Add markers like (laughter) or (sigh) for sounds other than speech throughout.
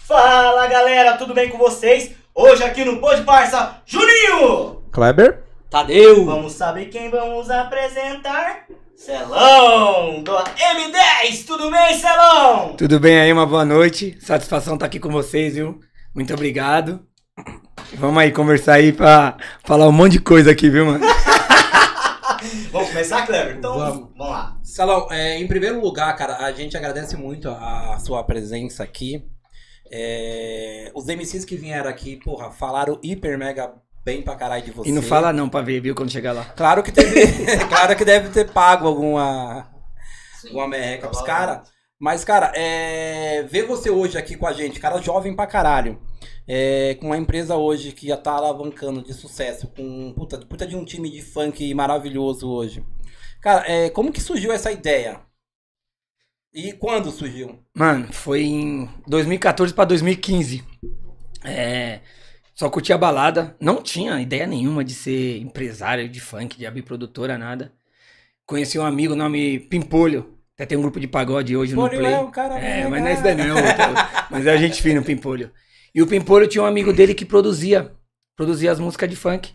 Fala galera, tudo bem com vocês? Hoje aqui no Pod Parça, Juninho! Kleber? Tadeu! Vamos saber quem vamos apresentar? Celão, do M10, tudo bem, Celão? Tudo bem aí? Uma boa noite. Satisfação estar aqui com vocês, viu? Muito obrigado. Vamos aí conversar aí pra falar um monte de coisa aqui, viu, mano? Vamos começar, Kleber? Então, Vamos. vamos lá. Salão, é, em primeiro lugar, cara, a gente agradece muito a, a sua presença aqui. É, os MCs que vieram aqui, porra, falaram hiper mega bem pra caralho de você. E não fala não pra ver, viu, quando chegar lá. Claro que teve, claro que deve (laughs) ter pago alguma alguma merreca pros caras. Mas, é cara, é, ver você hoje aqui com a gente, cara jovem pra caralho, é, com uma empresa hoje que já tá alavancando de sucesso, com puta, puta de um time de funk maravilhoso hoje. Cara, é, como que surgiu essa ideia? E quando surgiu? Mano, foi em 2014 pra 2015. É, só curtia balada. Não tinha ideia nenhuma de ser empresário de funk, de abrir produtora, nada. Conheci um amigo nome Pimpolho. Até tem um grupo de pagode hoje no Pô, Play. Léo, cara, É, né, mas não cara? é isso daí não. outro. mas é a gente fina, o Pimpolho. E o Pimpolho tinha um amigo dele que produzia. Produzia as músicas de funk.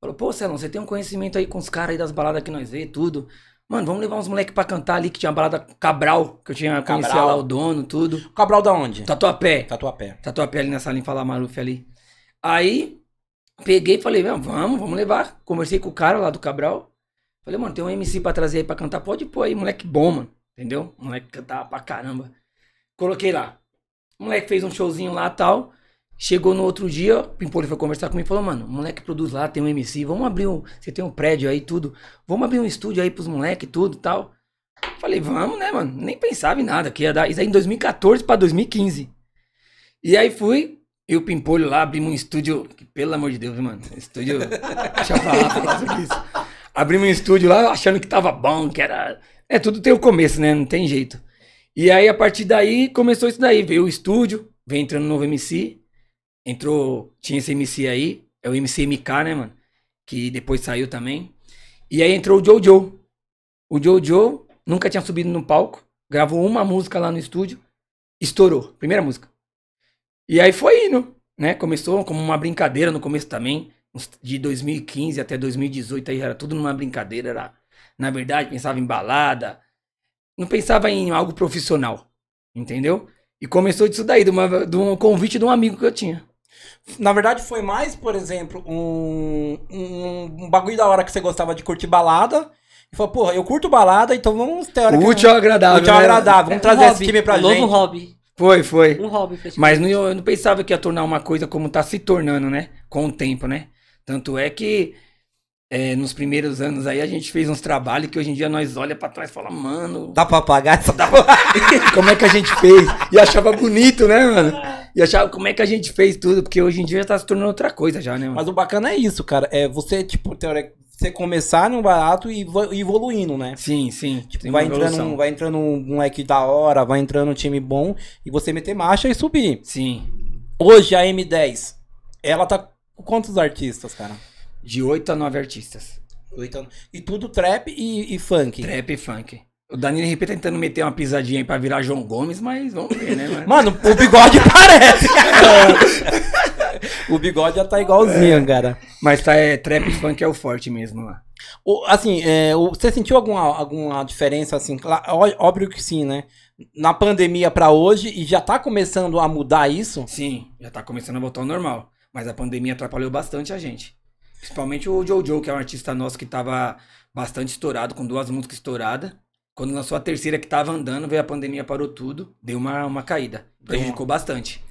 Falou, pô, Celão, você tem um conhecimento aí com os caras aí das baladas que nós vê e tudo. Mano, vamos levar uns moleques pra cantar ali, que tinha uma balada Cabral, que eu tinha conhecido Cabral. lá o dono, tudo. O Cabral da onde? Tatuapé. Tatuapé. Tatuapé ali na sala em Fala Maluf ali. Aí, peguei e falei, "Não, vamos, vamos levar. Conversei com o cara lá do Cabral. Falei, mano, tem um MC pra trazer aí pra cantar. Pode pôr aí, moleque bom, mano. Entendeu? Moleque cantava pra caramba. Coloquei lá. O moleque fez um showzinho lá tal. Chegou no outro dia, o Pimpolho foi conversar comigo e falou, mano, o moleque produz lá, tem um MC, vamos abrir um. Você tem um prédio aí, tudo. Vamos abrir um estúdio aí pros moleques, tudo tal. Falei, vamos, né, mano? Nem pensava em nada, que ia dar. Isso aí em 2014 pra 2015. E aí fui, e o Pimpolho lá abrimos um estúdio, que, pelo amor de Deus, mano, estúdio, deixa eu falar, falar sobre isso. Abrimos um estúdio lá achando que tava bom, que era... É, tudo tem o começo, né, não tem jeito. E aí, a partir daí, começou isso daí, veio o estúdio, veio entrando um novo MC, entrou, tinha esse MC aí, é o MC MK, né, mano, que depois saiu também. E aí entrou o Jojo. O Jojo nunca tinha subido no palco, gravou uma música lá no estúdio, estourou, primeira música. E aí foi indo, né? Começou como uma brincadeira no começo também. uns- De 2015 até 2018 aí era tudo numa brincadeira. Era, na verdade, pensava em balada. Não pensava em algo profissional. Entendeu? E começou disso daí, de, uma, de um convite de um amigo que eu tinha. Na verdade, foi mais, por exemplo, um, um, um bagulho da hora que você gostava de curtir balada. E falou, porra, eu curto balada, então vamos O teoricamente. útil ao agradável. útil ao né? agradável. Vamos trazer um esse time pra um gente. Novo hobby. Foi, foi. Um hobby festival. Mas não, eu não pensava que ia tornar uma coisa como tá se tornando, né? Com o tempo, né? Tanto é que é, nos primeiros anos aí a gente fez uns trabalhos que hoje em dia nós olha pra trás e fala, mano, Dá pra pagar essa (laughs) como é que a gente fez? E achava bonito, né, mano? E achava como é que a gente fez tudo, porque hoje em dia já tá se tornando outra coisa já, né, mano? Mas o bacana é isso, cara. É você, tipo, teoricamente, você começar num barato e vo- e evoluindo, né? Sim, sim. tem Tipo, uma Vai entrando, evolução. um, vai entrando um moleque da hora, vai entrando um time bom e você meter marcha e subir. Sim. Hoje a M10, ela tá com quantos artistas, cara? De 8 a 9 artistas. Oito. E tudo trap e, e funk. Trap e funk. O Danilo RP tá tentando meter uma pisadinha aí pra virar João Gomes, mas vamos ver, né, (laughs) mano? Mano, o bigode (laughs) parece. o bigode já tá igualzinho, cara. Mas tá, é, trap e funk é o forte mesmo lá. O- assim, é, o- você sentiu alguma, alguma diferença, assim, cla- ó- óbvio que sim, né? Na pandemia pra hoje, e já tá começando a mudar isso? Sim, já tá começando a voltar ao normal. Mas a pandemia atrapalhou bastante a gente. Principalmente o Jojo, que é um artista nosso que tava bastante estourado, com duas músicas estouradas. Quando lançou a terceira que tava andando, veio a pandemia, parou tudo, deu uma, uma caída. Prejudicou bastante.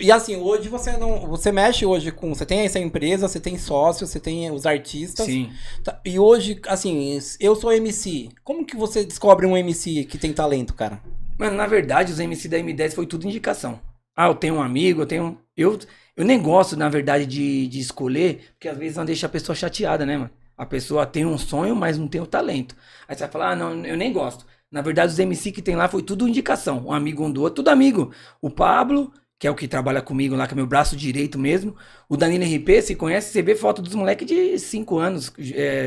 E assim, hoje você não. Você mexe hoje com. Você tem essa empresa, você tem sócios, você tem os artistas. Sim. Tá- E hoje, assim, eu sou MC. Como que você descobre um MC que tem talento, cara? Mano, na verdade, os MC da M10 foi tudo indicação. Ah, eu tenho um amigo, eu tenho. um- Eu, eu nem gosto, na verdade, de, de escolher, porque às vezes não deixa a pessoa chateada, né, mano? A pessoa tem um sonho, mas não tem o talento. Aí você vai falar, ah, não, eu nem gosto. Na verdade, os MC que tem lá foi tudo indicação. Um amigo um do outro, tudo amigo. O Pablo, que é o que trabalha comigo lá, que é meu braço direito mesmo. O Danilo RP, se conhece, você vê foto dos moleques de 5 anos,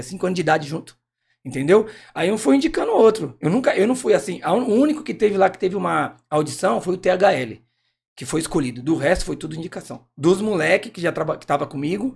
5 anos de idade junto. Entendeu? Aí um foi indicando o outro. Eu nunca, eu não fui assim. A un- O único que teve lá que teve uma audição foi o THL. que foi escolhido. Do resto foi tudo indicação. Dos moleques que já traba, que tava comigo,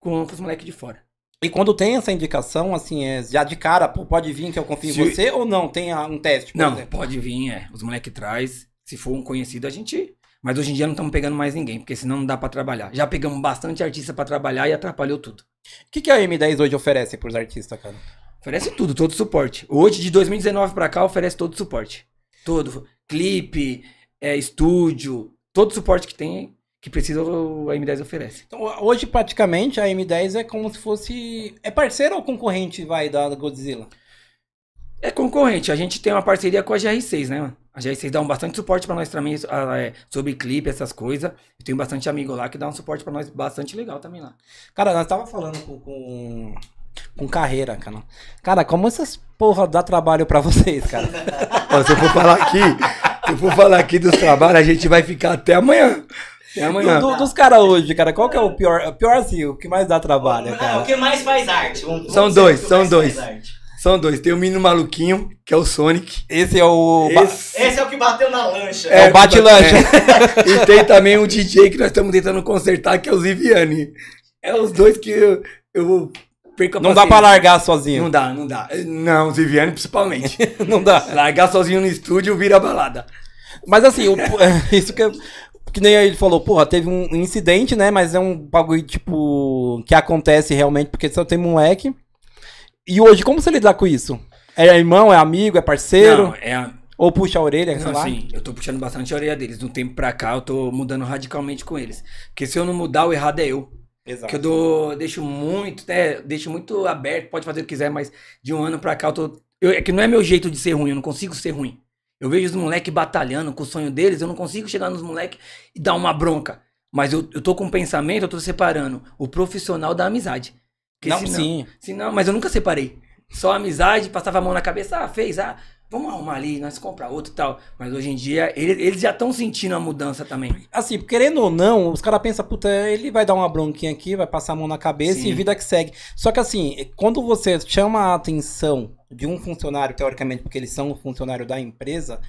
com os moleques de fora. E quando tem essa indicação, assim, é já de cara, pô, pode vir que eu confio em Se- você ou não? Tem ah, um teste, por não, exemplo. pode vir, é. Os moleques traz. Se for um conhecido, a gente. Mas hoje em dia não estamos pegando mais ninguém, porque senão não dá pra trabalhar. Já pegamos bastante artista pra trabalhar e atrapalhou tudo. O que, que a M10 hoje oferece pros artistas, cara? Oferece tudo, todo suporte. Hoje, de 2019 pra cá, oferece todo suporte. Todo. Clipe, é, estúdio, todo suporte que tem, que precisa, o- a M10 oferece. Então, hoje, praticamente, a M10 é como se fosse. É parceiro ou concorrente, vai, da Godzilla? É concorrente, a gente tem uma parceria com a GR6, né? mano? A GR6 dá um bastante suporte pra nós também ah, é, sobre clipe, essas coisas. E tem bastante amigo lá que dá um suporte pra nós bastante legal também lá. Cara, nós tava falando com. com... com carreira, cara. Cara, como essas porra dá trabalho pra (laughs) vocês, cara? Ó, se eu for falar aqui, se eu for falar aqui dos trabalhos, a gente vai ficar até amanhã. Até amanhã. Do- do- dos caras hoje, cara, qual que é o pior? o Pior assim, o que mais dá trabalho, Ah, o cara? que mais faz arte? Vamos- São vamos dizer dois, o que são mais dois. faz arte. São dois. Tem o menino maluquinho, que é o Sonic. Esse é o. ba- Esse. Esse é o que bateu na lancha. É o bate-lancha. E tem também um DJ que nós estamos tentando consertar, que é o Ziviani. É os dois que eu, eu perco a Não dá pra paciência. largar sozinho. Não dá, não dá. Não, o Ziviani principalmente. (laughs) Não dá. Largar sozinho no estúdio vira balada. Mas assim, o- (laughs) isso que, que nem ele falou, porra, teve um incidente, né? Mas é um bagulho, tipo, que acontece realmente, porque só tem moleque. E hoje, como você lidar com isso? É irmão, é amigo, é parceiro? Não, é a- Ou puxa a orelha, sei Não, lá? assim, eu tô puxando bastante a orelha deles. De um tempo pra cá, eu tô mudando radicalmente com eles. Porque se eu não mudar, o errado é eu. Exato. Que eu dou, deixo muito, né? Deixo muito aberto, pode fazer o que quiser, mas de um ano pra cá eu tô. eu- é que não é meu jeito de ser ruim, eu não consigo ser ruim. Eu vejo os moleques batalhando com o sonho deles, eu não consigo chegar nos moleques e dar uma bronca. Mas eu, eu tô com um pensamento, eu tô separando o profissional da amizade. Porque Não, senão- sim. se não, mas eu nunca separei. Só amizade, passava a mão na cabeça, ah, fez, ah, vamos arrumar ali, nós comprar outro e tal. Mas hoje em dia, ele- eles, já estão sentindo a mudança também. Assim, querendo ou não, os caras pensam, puta, ele vai dar uma bronquinha aqui, vai passar a mão na cabeça Sim. e vida que segue. Só que assim, quando você chama a atenção de um funcionário, teoricamente, porque eles são um funcionário da empresa,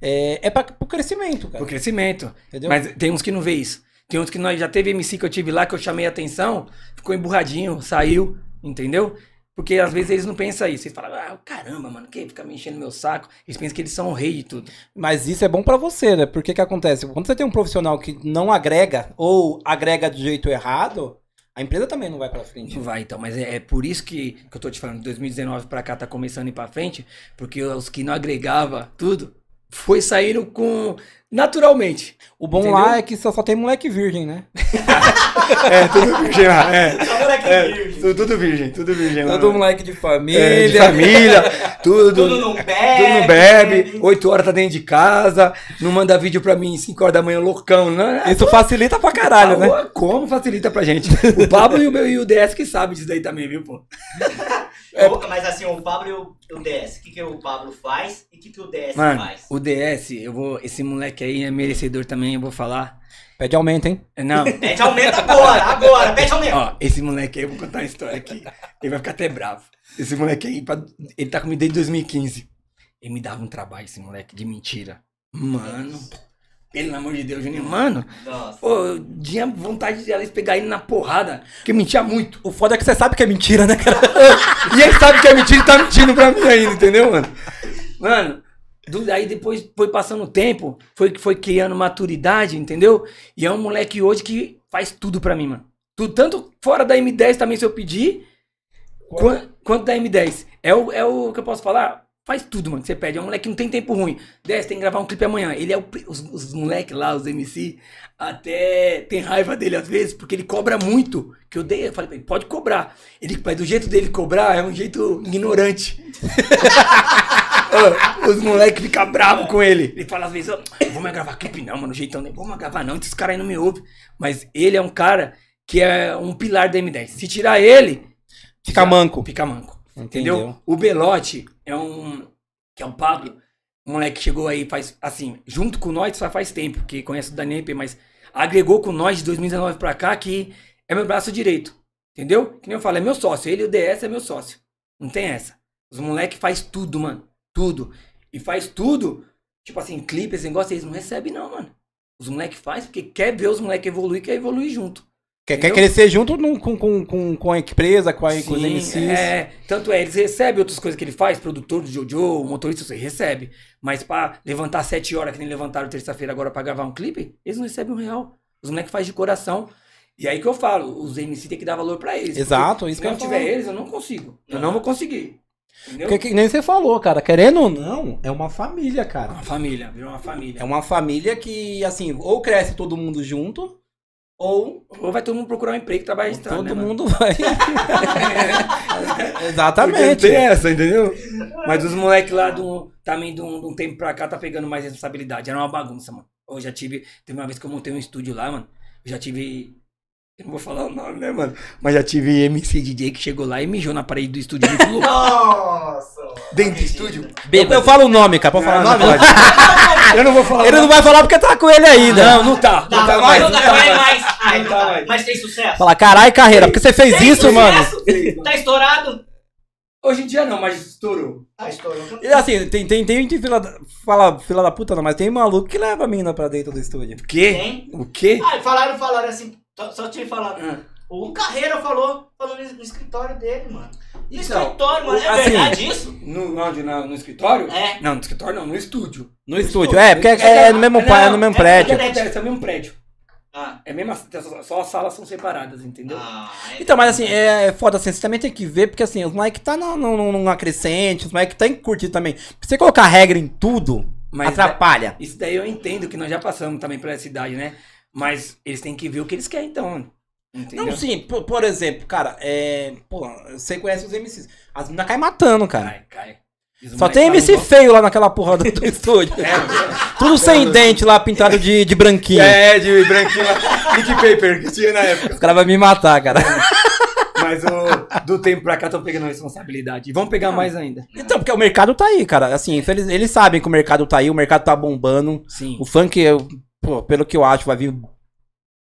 é, é pra, pro crescimento, cara. O crescimento. Entendeu? Mas tem uns que não vê isso. Tem uns que nós já teve MC que eu tive lá, que eu chamei a atenção, ficou emburradinho, saiu, entendeu? Porque às vezes eles não pensam isso. Eles falam, ah, caramba, mano, quem fica me enchendo meu saco? Eles pensam que eles são o rei de tudo. Mas isso é bom pra você, né? Porque que acontece? Quando você tem um profissional que não agrega ou agrega de jeito errado, a empresa também não vai pra frente. Não vai então, mas é, é por isso que, que eu tô te falando, de 2019 pra cá tá começando a ir pra frente, porque os que não agregava tudo, foi saindo com naturalmente. O bom Entendeu? lá é que só, só tem moleque virgem, né? É, tudo virgem lá, é. Só por aqui, virgem. Tudo virgem, tudo virgem É, Todo moleque de família. família, tudo. Tudo não bebe. Tudo não bebe, 8 horas tá dentro de casa, não manda vídeo pra mim 5 horas da manhã loucão, né? Isso facilita pra caralho, né? Ah, Como facilita pra gente? O Pablo e o, meu, e o DS que sabe disso daí também, viu, pô? É. Ô, Mas assim, o Pablo e o, o DS. O que, que o Pablo faz e o que, que o DS Mano, faz? o DS, eu vou. Esse moleque aí é merecedor também, eu vou falar. Pede aumento, hein? É, Não, Pede aumento agora, agora, pede aumento. ó, esse moleque aí, eu vou contar uma história aqui. Ele vai ficar até bravo. Esse moleque aí, pra- ele tá comigo desde 2015. Ele me dava um trabalho, esse moleque, de mentira. Mano, pelo amor de Deus, Juninho, mano. Nossa. Pô, eu tinha vontade de eles pegar ele na porrada, porque mentia muito. O foda é que você sabe que é mentira, né, cara? (laughs) (laughs) E ele sabe que é mentira e tá mentindo pra mim ainda, entendeu, mano? Mano, do- aí depois foi passando o tempo, foi, foi criando maturidade, entendeu? E é um moleque hoje que faz tudo pra mim, mano. Tudo, tanto fora da M10 também, se eu pedir, quan- quanto da M10. É o, é o que eu posso falar? Faz tudo, mano, que você pede. É um moleque que não tem tempo ruim. 10, tem que gravar um clipe amanhã. Ele é o, pri- os, os moleques lá, os MC, até tem raiva dele às vezes, porque ele cobra muito. Que eu dei, eu falei pra ele, pode cobrar. Ele, mas do jeito dele cobrar, é um jeito ignorante. (laughs) Ah, Os moleques ficam bravos com ele. Ele fala às vezes, "Ô, não vou mais gravar clipe não, mano, jeitão, nem vou mais gravar não, esses caras aí não me ouvem. Mas ele é um cara que é um pilar da M10. Se tirar ele, Fica manco. fica manco. Entendeu? Entendeu? O Belote é um. que é o Pablo. Um moleque que chegou aí faz. assim, junto com nós só faz tempo, que conhece o Daniel EP, mas agregou com nós de 2019 pra cá, que é meu braço direito. Entendeu? Que nem eu falo, é meu sócio. Ele e o DS é meu sócio. Não tem essa. Os moleques faz tudo, mano. Tudo. E faz tudo. Tipo assim, clipe, esse negócio, eles não recebem, não, mano. Os Os moleques faz porque quer ver os moleques evoluir, quer evoluir junto. Quer, quer Entendeu? crescer junto no- com, com, com, com a empresa, com, a, com os Sim, MCs. É, tanto é, eles recebem outras coisas que ele faz, produtor de Jojo, motorista, você recebe. Mas pra levantar sete horas, que nem levantaram terça-feira agora pra gravar um clipe, eles não recebem um real. Os moleques fazem de coração. E aí que eu falo, os MC tem que dar valor pra eles. Exato, porque isso Se que eu não ia tiver falar. eles, eu não consigo. Eu Não. não vou conseguir. Entendeu? Porque que nem você falou, cara. Querendo ou não, é uma família, É cara. Uma família, virou uma família. É uma família que, assim, ou cresce todo mundo junto, ou Ou vai todo mundo procurar um emprego, trabalhar estrada, todo né, mano? É. mundo (laughs) vai. Porque Exatamente. tem essa, entendeu? Mas os moleques lá do, também de um, de um tempo pra cá tá pegando mais responsabilidade. Era uma bagunça, mano. Eu já tive. Teve uma vez que eu montei um estúdio lá, mano. Eu já tive. Eu não vou falar o nome, né, mano? Mas já tive MC DJ que chegou lá e mijou na parede do estúdio muito louco. Nossa! Dentro do estúdio. Eu, eu falo o nome, cara. Pode falar o Ah, Não, não nome? (laughs) Eu não vou falar. Ele não vai falar porque tá com ele ainda. Não, não tá. Não, Não tá agora mais. não não tá tá mais. mais. Ai, Não tá mais. Mas tem sucesso. Fala, carai, carreira, porque você fez Tem isso, mano? sucesso? Tá estourado? Hoje em dia não, mas estourou. Tá estourado. E assim, tem, tem, tem gente fila, da- fala fila da puta, não, mas tem maluco que leva a mina pra dentro do estúdio. O quê? Tem? O quê? Ah, falaram, falaram assim. Só, só te falaram. Ah, O Carreira falou, falou no, no escritório dele, mano. No Então, escritório, mano. É assim- verdade isso? No, onde? Na- no escritório? É. Não, no escritório não, no estúdio. No estúdio, é, porque é, é no mesmo, Não, pa- é no mesmo é prédio. porque- É o mesmo prédio. Ah, É mesmo assim, só- só as salas são separadas, entendeu? ah, é- Então, mas assim, é, é foda assim, você também tem que ver, porque assim, os moleques tá na, num- num- numa crescente, os moleques tem que curtir também. Porque você colocar regra em tudo, Mas atrapalha. Isso daí eu entendo que nós já passamos também pela cidade, né? Mas eles têm que ver o que eles querem, então. Entendeu? Não, sim, por, por exemplo, cara, é. Pô, você conhece os MCs. As minas caem matando, cara. Cai, cai. Diz o Só moleque tem lá no MC banco. feio lá naquela porra do, (laughs) do estúdio. Tudo sem dente lá, pintado de, de (laughs) branquinho. É, de branquinho lá. Nick Paper, que tinha na época. Os caras vão me matar, cara. (laughs) Mas o- do tempo pra cá estão pegando a responsabilidade. E vão pegar mais ainda. Então, porque o mercado tá aí, cara. Assim, eles, eles sabem que o mercado tá aí, o mercado tá bombando. Sim. O funk, eu- pô, pelo que eu acho, vai vir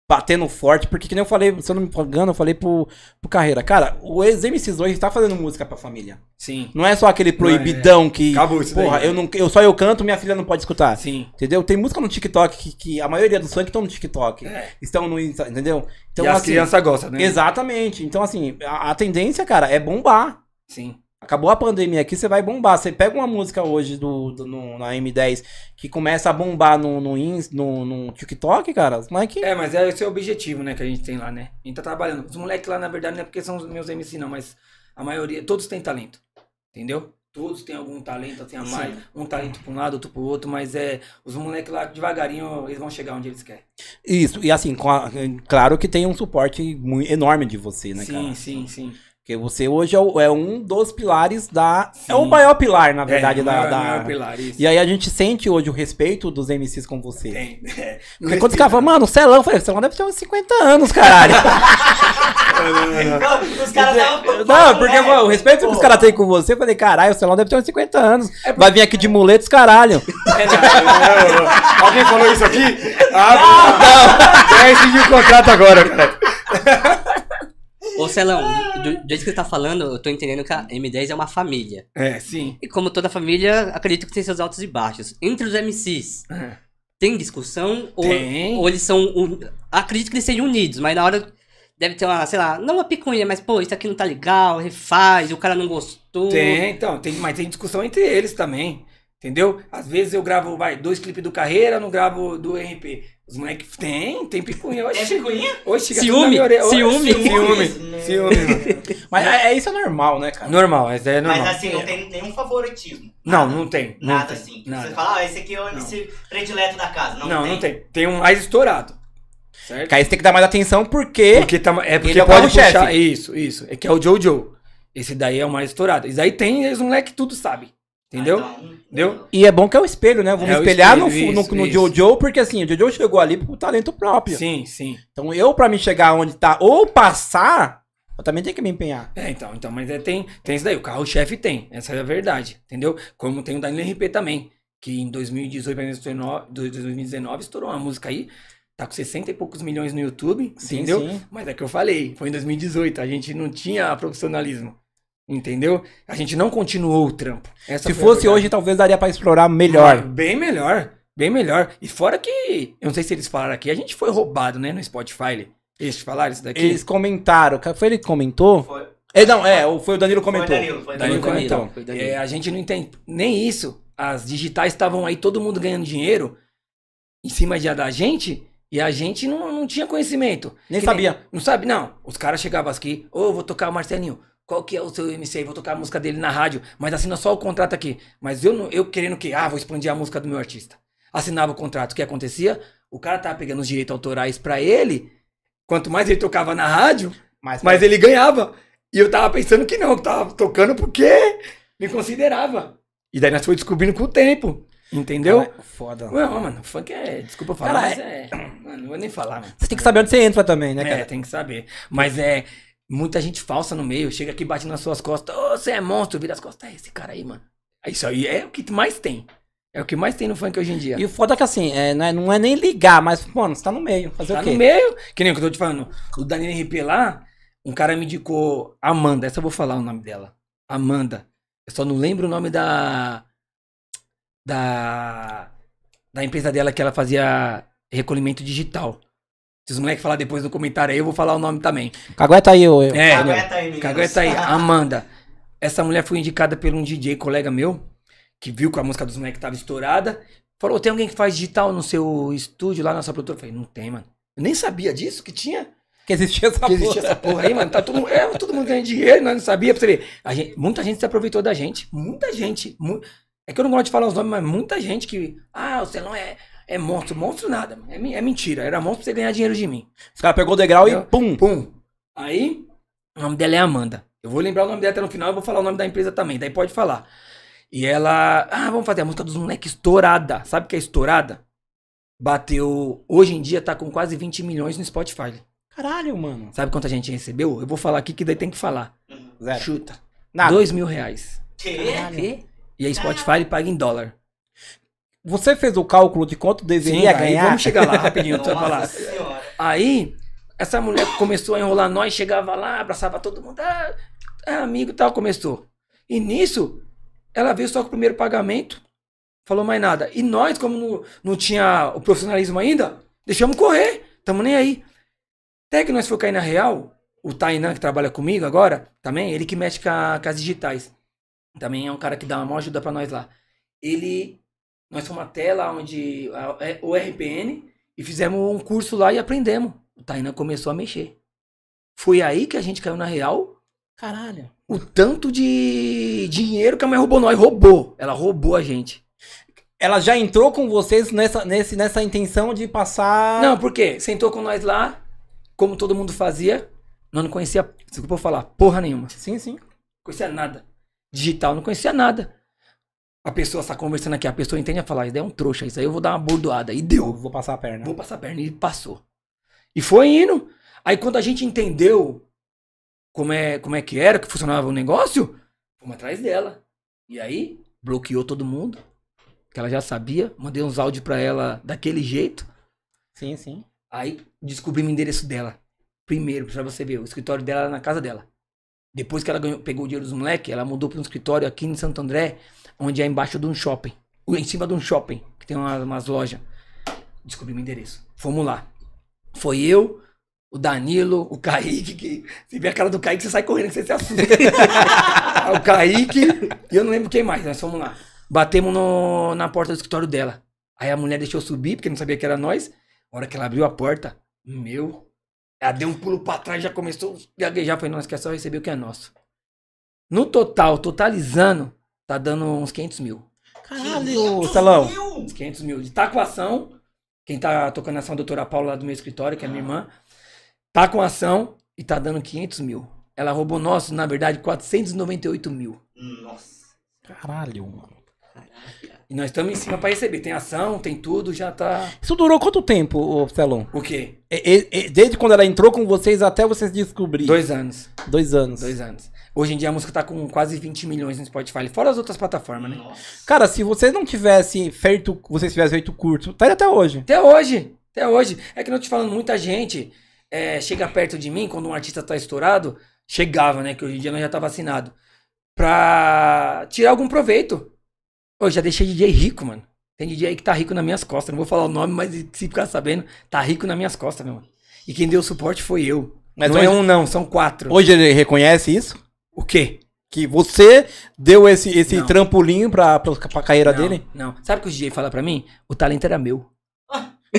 batendo forte. Porque, que nem eu falei, se eu não me engano, eu falei pro, pro Carreira. Cara, o ex-MCs hoje tá fazendo música pra família. Sim. Não é só aquele proibidão que. Acabou isso Porra, daí. né? eu, não, eu só eu canto, minha filha não pode escutar. Sim. Entendeu? Tem música no TikTok que, que a maioria dos funk estão no TikTok. É. Estão no Insta, entendeu? Então, e as assim, crianças gostam, né? Exatamente. Então, assim, a- a tendência, cara, é bombar. Sim. Acabou a pandemia aqui, você vai bombar. Você pega uma música hoje do, do- no- na M10 que começa a bombar no, no, Ins- no, no TikTok, cara. Os moleque. É, mas é esse é o objetivo, né, que a gente tem lá, né? A gente tá trabalhando. Os moleques lá, na verdade, não é porque são os meus MC, não, mas a maioria, todos têm talento. Entendeu? Todos têm algum talento, assim, a Sim. mais. Um talento pra um lado, outro pro outro, mas é. Os moleques lá, devagarinho, eles vão chegar onde eles querem. Isso, e assim, com a- claro que tem um suporte muito enorme de você, né, sim, cara? sim, sim. Porque você hoje é, o- é um dos pilares da. Sim. É o maior pilar, na verdade, é, da. maior- da- maior pilar, isso. E aí a gente sente hoje o respeito dos MCs com você. Tem. (laughs) É. Porque quando os caras falam, mano, o Celão, eu falei, o Celão deve ter uns 50 anos, caralho. Não, Os caras né? estavam. Não, é. porque mano, o respeito que os caras têm com você, eu falei, caralho, o Celão deve ter uns 50 anos. Vai vir aqui de muletos, caralho. É, não, não, não. Alguém falou isso aqui? Ah, não! Vai rescindir o contrato agora, cara. Ô Celão, do, do jeito que você tá falando, eu tô entendendo que a M10 é uma família. É, sim. E como toda família, acredito que tem seus altos e baixos. Entre os MCs, É. tem discussão? Ou, Tem. ou eles são. un- Acredito que eles sejam unidos, mas na hora deve ter uma, sei lá, não uma picuinha, mas pô, isso aqui não tá legal, refaz, o cara não gostou. Tem, então, tem, mas tem discussão entre eles também. Entendeu? Às vezes eu gravo, vai, dois clipes do Carreira, não gravo do RP. Os moleques tem, tem picuinha. É Oxi, picuinha? oxi, chega Ciúme, tudo na minha orelha. Oxi, ciúme. Ciúme. ciúme. Mas é, é- isso é normal, né, cara? Normal, essa é normal. Mas assim, não tem nenhum favoritismo. Não, não tem. Não Nada tem, assim. nada. Você fala, ah, esse aqui é o MC predileto da casa. Não, Não, não tem. Não tem. um mais estourado. Certo? Que aí você tem que dar mais atenção porque. Porque, tá, é porque Ele é o pode carro-chefe. puxar. Isso, isso. É que é o Jojo. Esse daí é o mais estourado. Esse daí tem, eles moleque tudo sabe. Entendeu? Ah, então, Entendeu? E é bom que é o espelho, né? Vamos É o espelhar no, espelho, no, isso, no isso. Jojo, porque assim, o Jojo chegou ali com talento próprio. Sim, sim. Então eu, pra me chegar onde tá ou passar, eu também tenho que me empenhar. É, então, então, mas é, tem, tem isso daí, o carro-chefe tem, essa é a verdade, entendeu? Como tem o Danilo RP também, que em 2018, 2019, 2019 estourou uma música aí, tá com 60 e poucos milhões no YouTube, entendeu? Sim. Mas é que eu falei, foi em 2018, a gente não tinha profissionalismo, entendeu? A gente não continuou o trampo. Essa foi Se a fosse verdade. Uhum. hoje, talvez daria pra explorar melhor. Bem melhor, Bem melhor. E fora que, eu não sei se eles falaram aqui, a gente foi roubado, né, no Spotify. Eles falaram isso daqui? Eles comentaram. Ca- Foi ele que comentou? Foi. É, não, é, o- foi o Danilo que comentou. Foi Danilo, foi Danilo Danilo. Danilo, comentou. foi Danilo. É, a gente não entende nem isso. As digitais estavam aí, todo mundo ganhando dinheiro em cima de, da gente e a gente não, não tinha conhecimento. Nem Que sabia. Não sabe, não. Os caras chegavam aqui, ô, eu vou tocar o Marcelinho. Qual que é o seu MC? Vou tocar a música dele na rádio, mas assina só o contrato aqui. Mas eu não, eu querendo que, ah, vou expandir a música do meu artista. Assinava o contrato. O que acontecia? O cara tava pegando os direitos autorais pra ele. Quanto mais ele tocava na rádio, mas ele ganhava. E eu tava pensando que não, que tava tocando porque me considerava. E daí nós foi descobrindo com o tempo. Entendeu? Cara, Foda. Não, mano, funk é. Desculpa falar, Cara, mas é. Mano, não vou nem falar, mano. Você tem que saber onde você entra também, né, É, cara? tem que saber. Mas é. Muita gente falsa no meio, chega aqui batendo nas suas costas. Ô, você é monstro, vira as costas. É esse cara aí, mano. É Isso aí é o que mais tem. É o que mais tem no funk hoje em dia. E o foda é que assim, é, não, é, não é nem ligar, mas, mano, você tá no meio. Fazer Tá o quê? no meio. Que nem o que eu tô te falando. O Danilo RP lá, um cara me indicou Amanda. Essa eu vou falar o nome dela. Amanda. Eu só não lembro o nome da. Da. Da empresa dela que ela fazia recolhimento digital. Se os moleques falar depois no comentário aí, eu vou falar o nome também. Cagueta tá aí, ô. É, Aguenta aí, meninos. Cagueta aí, Amanda. Essa mulher foi indicada por um DJ, colega meu, que viu que a música dos moleques tava estourada. Falou: tem alguém que faz digital no seu estúdio lá na sua produtora? Eu falei, não tem, mano. Eu nem sabia disso que tinha. Que existia essa Que existia essa porra aí, mano. Tá todo, mundo- é, todo mundo ganhando dinheiro, nós não sabia pra você ver. A gente- muita gente se aproveitou da gente. Muita gente. mu- é que eu não gosto de falar os nomes, mas muita gente que. Ah, o Celão é, é monstro. Monstro nada, mano. é, men- é mentira. Era monstro pra você ganhar dinheiro de mim. Os caras pegou o degrau e Entendeu? pum. Pum. Aí, o nome dela é Amanda. Eu vou lembrar o nome dela até no final, eu vou falar o nome da empresa também, daí pode falar. E ela, ah, vamos fazer a música dos moleques estourada. Sabe o que é estourada? Bateu, hoje em dia tá com quase 20 milhões no Spotify. Caralho, mano. Sabe quanta gente recebeu? Eu vou falar aqui que daí tem que falar. Zero. Chuta. Nada. Dois mil reais. Que? Quê? E aí Spotify paga em dólar. Você fez o cálculo de quanto deveria aí ganhar? vamos chegar lá rapidinho, (laughs) eu tô Nossa falar. senhora. Aí, essa mulher começou a enrolar nós, chegava lá, abraçava todo mundo, ah, é amigo e tal, começou. E nisso, ela veio só com o primeiro pagamento, falou mais nada. E nós, como não, não tinha o profissionalismo ainda, deixamos correr, tamo nem aí. Até que nós foi cair na real, o Tainan, que trabalha comigo agora, também, ele que mexe com, a- com as digitais. Também é um cara que dá uma maior ajuda pra nós lá. Ele, nós fomos até lá onde, a- é, o RPN, e fizemos um curso lá e aprendemos. O Tainan começou a mexer. Foi aí que a gente caiu na real. Caralho. O tanto de dinheiro que a mulher roubou nós. Roubou. Ela roubou a gente. Ela já entrou com vocês nessa, nesse, nessa intenção de passar. Não, por quê? Sentou com nós lá, como todo mundo fazia. Nós não conhecia, desculpa eu falar, porra nenhuma. Sim, sim. conhecia nada. Digital, não conhecia nada. A pessoa está conversando aqui, a pessoa entende a falar, isso daí é um trouxa, isso aí eu vou dar uma bordoada. E deu. Eu vou passar a perna. Vou passar a perna. E passou. E foi indo. Aí quando a gente entendeu como é, como é que era, que funcionava o negócio, fomos atrás dela. E aí, bloqueou todo mundo. Que ela já sabia. Mandei uns áudios pra ela daquele jeito. Sim, sim. Aí descobrimos o endereço dela. Primeiro, pra você ver, o escritório dela era na casa dela. Depois que ela ganhou- pegou o dinheiro dos moleques, ela mudou pra um escritório aqui em Santo André, onde é embaixo de um shopping. Ou Em cima de um shopping, que tem uma- umas lojas. Descobrimos o endereço. Fomos lá. Foi eu, o Danilo, o Kaique, que se vê a cara do Kaique, você sai correndo, que você se assusta. (laughs) o Kaique, e eu não lembro quem mais, nós fomos lá. Batemos no- na porta do escritório dela. Aí a mulher deixou eu subir, porque não sabia que era nós. A hora que ela abriu a porta, meu. Ela deu um pulo pra trás, já começou a gaguejar. Falei, não, esquece só receber o que é nosso. No total, totalizando, tá dando uns 500 mil. Caralho, Celão. 500 Uns 500 mil. De tá com ação. Quem tá tocando ação é a doutora Paula lá do meu escritório, que é minha irmã. Tá com ação e tá dando 500 mil. Ela roubou nosso, na verdade, 498 mil. mil? Nossa. Caralho, mano. E nós estamos em cima pra receber. Tem ação, tem tudo, já tá. Isso durou quanto tempo, ô Celão? O quê? E- e- e- Desde quando ela entrou com vocês até vocês descobrirem. Dois anos. Dois anos. Dois anos. Hoje em dia a música tá com quase 20 milhões no Spotify, fora as outras plataformas, né? Nossa. Cara, se vocês não tivessem feito. Vocês tivessem feito curto, tá aí até hoje. Até hoje, até hoje. É que não te falando, muita gente é, chega perto de mim, quando um artista tá estourado, chegava, né? Que hoje em dia nós já tá vacinado. Pra tirar algum proveito. Eu já deixei DJ rico, mano. Tem DJ aí que tá rico nas minhas costas. Não vou falar o nome, mas se ficar sabendo, tá rico nas minhas costas, meu mano. E quem deu suporte foi eu. Mas não hoje- é um, não, são quatro. Hoje ele reconhece isso? O quê? Que você deu esse, esse Não. trampolim pra, pra, pra carreira não, dele? Não. Sabe o que o DJ fala pra mim? O talento era meu.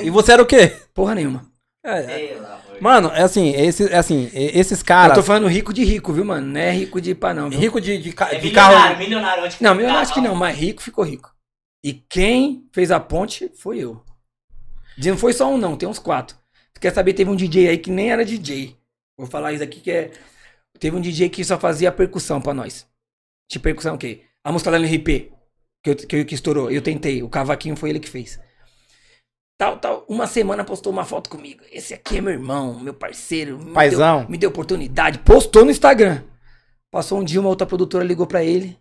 E você era o quê? Porra nenhuma. É, é. Pelo amor de Mano, é assim, esse, é assim, e- esses caras. Eu tô falando rico de rico, viu, mano? Não é rico de pá, não. viu? Rico de, de, ca- É de milionário, carro. milionário. Onde Não, eu acho que não, mas rico ficou rico. E quem fez a ponte foi eu. E não foi só um, não, tem uns quatro. Tu quer saber, teve um DJ aí que nem era DJ. Vou falar isso aqui que é. Teve um DJ que só fazia percussão pra nós. De percussão o quê? A música da LRP, que, eu, que, eu- que estourou. Eu tentei, o cavaquinho foi ele que fez. Tal, tal. Uma semana postou uma foto comigo. Esse aqui é meu irmão, meu parceiro. me deu- Paizão. me deu oportunidade, postou no Instagram. Passou um dia, uma outra produtora ligou pra ele,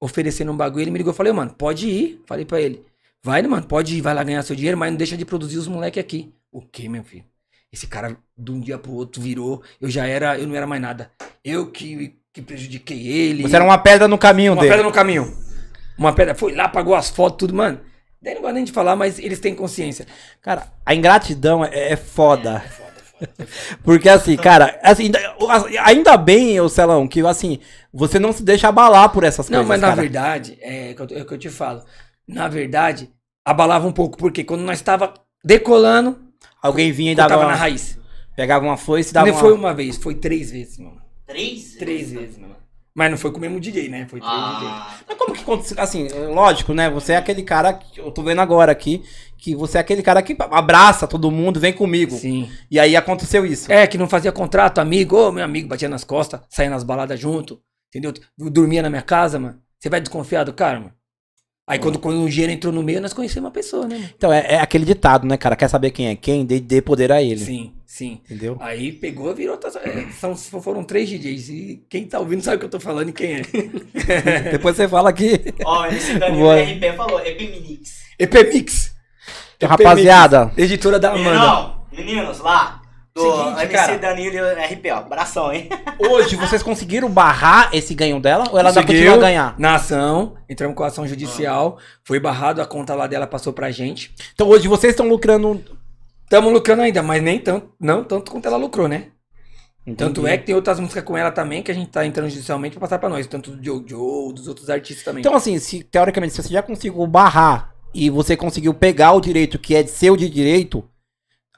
oferecendo um bagulho. Ele me ligou, eu falei, mano, pode ir. Falei pra ele, vai, mano, pode ir, vai lá ganhar seu dinheiro, mas não deixa de produzir os moleque aqui. O que, meu filho? Esse cara, de um dia pro outro, virou. Eu já era, eu não era mais nada. Eu que, que prejudiquei ele. Você era uma pedra no caminho Uma dele. pedra no caminho. Uma pedra, foi lá, pagou as fotos, tudo, mano. Daí não gosto nem de falar, mas eles têm consciência. Cara, a ingratidão é, é foda. (laughs) Porque assim, cara, assim, ainda- ainda bem, ô Celão, que assim, você não se deixa abalar por essas Não, coisas. mas na cara. verdade, é o que eu- é o que eu te falo. Na verdade, abalava um pouco, porque quando nós estava decolando, Alguém vinha e eu dava tava uma, na raiz. pegava uma foice e dava Não uma... foi uma vez, foi três vezes, mano. Três? Três vezes, mano. Mas não foi com o mesmo DJ, né? Foi três DJs. Ah, Mas como que aconteceu? Assim, lógico, né? Você é aquele cara, que eu tô vendo agora aqui, que você é aquele cara que abraça todo mundo, vem comigo. Sim. E aí aconteceu isso. É, que não fazia contrato, amigo, ô, meu amigo, batia nas costas, saía nas baladas junto, entendeu? Dormia na minha casa, mano. Você vai desconfiar do cara, mano? Aí Hum. quando, quando o dinheiro entrou no meio, nós conhecemos uma pessoa, né? mano? Então, é, é aquele ditado, né, cara? Quer saber quem é quem? Dê, dê poder a ele. Sim, sim. Entendeu? Aí pegou, virou. outra- é, São, foram três DJs. E quem tá ouvindo sabe o que eu tô falando e quem é. (laughs) Depois você fala que... Ó, esse (laughs) Danilo Boa. RP falou, Epiminix. EPMix. Então, rapaziada, Editora da Amanda. Menino, meninos, lá. Do Seguinte, MC cara. Danilo RP, ó. Abração, (laughs) hein? hoje vocês conseguiram barrar esse ganho dela? Ou ela ainda Conseguiu. continua a ganhar? Na ação, entramos com a ação judicial. Foi barrado, a conta lá dela passou pra gente. Então hoje vocês estão lucrando. Tamo lucrando ainda, mas nem tanto, não tanto quanto ela lucrou, né? Tanto é Entendi. que tem outras músicas com ela também que a gente tá entrando judicialmente pra passar pra nós. Tanto do Jojo, dos outros artistas também. Então, assim, se, teoricamente, se você já conseguiu barrar e você conseguiu pegar o direito que é seu de direito,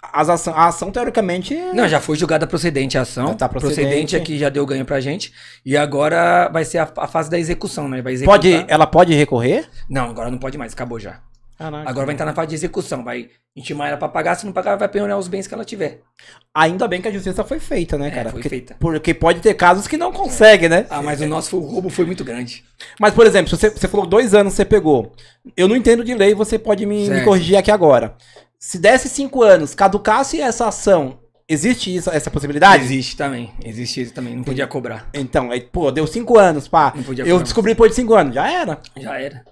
as ação, a ação, teoricamente. é- Não, já foi julgada procedente a ação. Já tá procedente. procedente aqui já deu ganho pra gente. E agora vai ser a, a fase da execução, né? Vai executar. pode, ela pode recorrer? Não, agora não pode mais, acabou já. Caraca. Agora vai entrar na fase de execução, vai intimar ela pra pagar, se não pagar, vai penhorar os bens que ela tiver. Ainda bem que a justiça foi feita, né, É, cara? foi porque, feita. porque pode ter casos que não consegue, né? Ah, (laughs) mas o nosso foi- o roubo foi muito grande. Mas, por exemplo, se você, você falou dois anos você pegou. Eu não entendo de lei, você pode me, me Certo. corrigir aqui agora. Se desse cinco anos, caducasse essa ação, existe isso- essa possibilidade? Existe também, existe isso também, não podia cobrar. Então, aí, pô, deu cinco anos, pá. Não podia Eu cobrar. descobri depois de cinco anos, já era. Já era.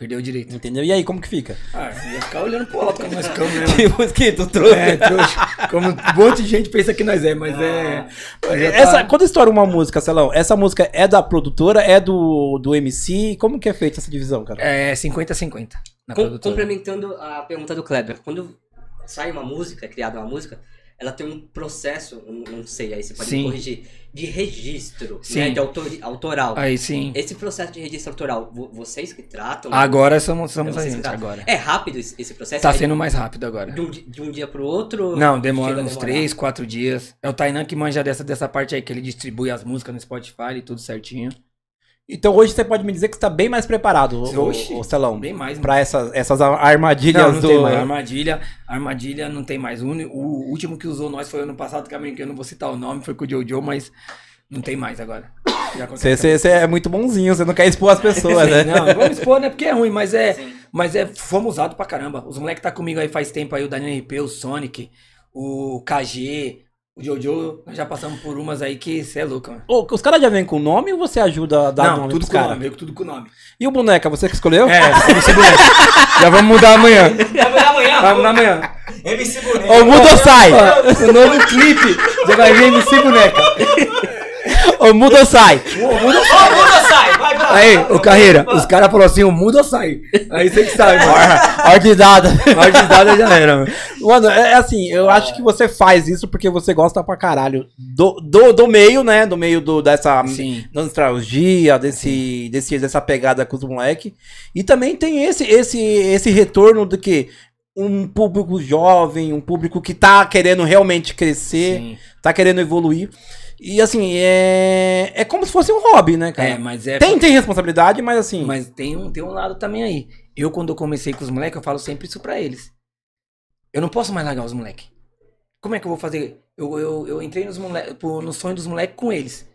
Perdeu o direito. Entendeu? E aí, como (laughs) que fica? Ah, ia ficar olhando pro lado como nós ficamos, né? mano? Tipo, que (laughs) tu trouxe. (laughs) É, trouxa. Como um monte de gente pensa que nós é, mas é. mas já tá- Essa, quando estoura uma música, Celão, essa música é da produtora, é do, do MC? Como que é feita essa divisão, cara? É 50-50 na Com- produtora. complementando a pergunta do Kleber, quando sai uma música, é criada uma música, ela tem um processo, eu não sei, aí você pode Sim. me corrigir, de registro, Sim. né, de autor, autoral. Aí sim. Esse processo de registro autoral, vo- vocês que tratam, Agora somos, somos a Vocês gente, tá- agora. é rápido esse esse processo? Ah. Tá É sendo mais rápido agora. de um, di- de um dia pro outro? Não, demora Chega a uns demorar. 3, 4 dias. É o Tainan que manja dessa, dessa parte aí, que ele distribui as músicas no Spotify e tudo certinho. Então hoje você pode me dizer que você tá bem mais preparado, ô, Oxi. ô, Celão, Bem mais, pra essas, essas a- armadilhas não, não do... tem mais. Armadilha, armadilha não tem mais. O, uni- o último que usou nós foi ano passado, que é eu não vou citar o nome, foi com o Jojo, mas não tem mais agora. Já Você, aconteceu. você- você é muito bonzinho, você não quer expor as pessoas, né? Não, não vamos expor, né? Porque é ruim, mas (laughs) é. Sim. Mas é. Fomos usados pra caramba. Os moleques tá comigo aí faz tempo aí, o Danilo RP, o Sonic, o KG, o Jojo. Nós já passamos por umas aí que você é louco, mano. Ô, os caras já vêm com nome ou você ajuda a dar não, nome tudo pros com o caras? nome, eu tudo com o nome. E o boneca, você que escolheu? É, MC Boneco. Já vamos mudar amanhã. Vamos lá Vamos amanhã. na manhã. MC Boneco. Ou muda ou sai? O novo clipe. Já vai vir MC Boneca. Ou muda ou sai? Ô, muda sai, vai pra Aí, o Carreira, os (laughs) caras falaram assim, o mundo ou sai. Aí você que sabe, mano. Ordinada. Artistada já era, mano. Mano, é é assim, eu acho que você faz isso porque você gosta pra caralho do, do, do meio, né? Do meio do, dessa Sim. da nostalgia, desse, desse, dessa pegada com os moleques. E também tem esse, esse, esse retorno do que um público jovem, um público que tá querendo realmente crescer, Sim. tá querendo evoluir. E assim, é, é como se fosse um hobby, né, cara? É, mas é. tem, tem responsabilidade, mas assim. Mas tem um, tem um lado também aí. Eu, quando eu comecei com os moleques, eu falo sempre isso pra eles. Eu não posso mais largar os moleques. Como é que eu vou fazer? Eu, eu, eu entrei nos mole- pô, no sonho dos moleques com eles.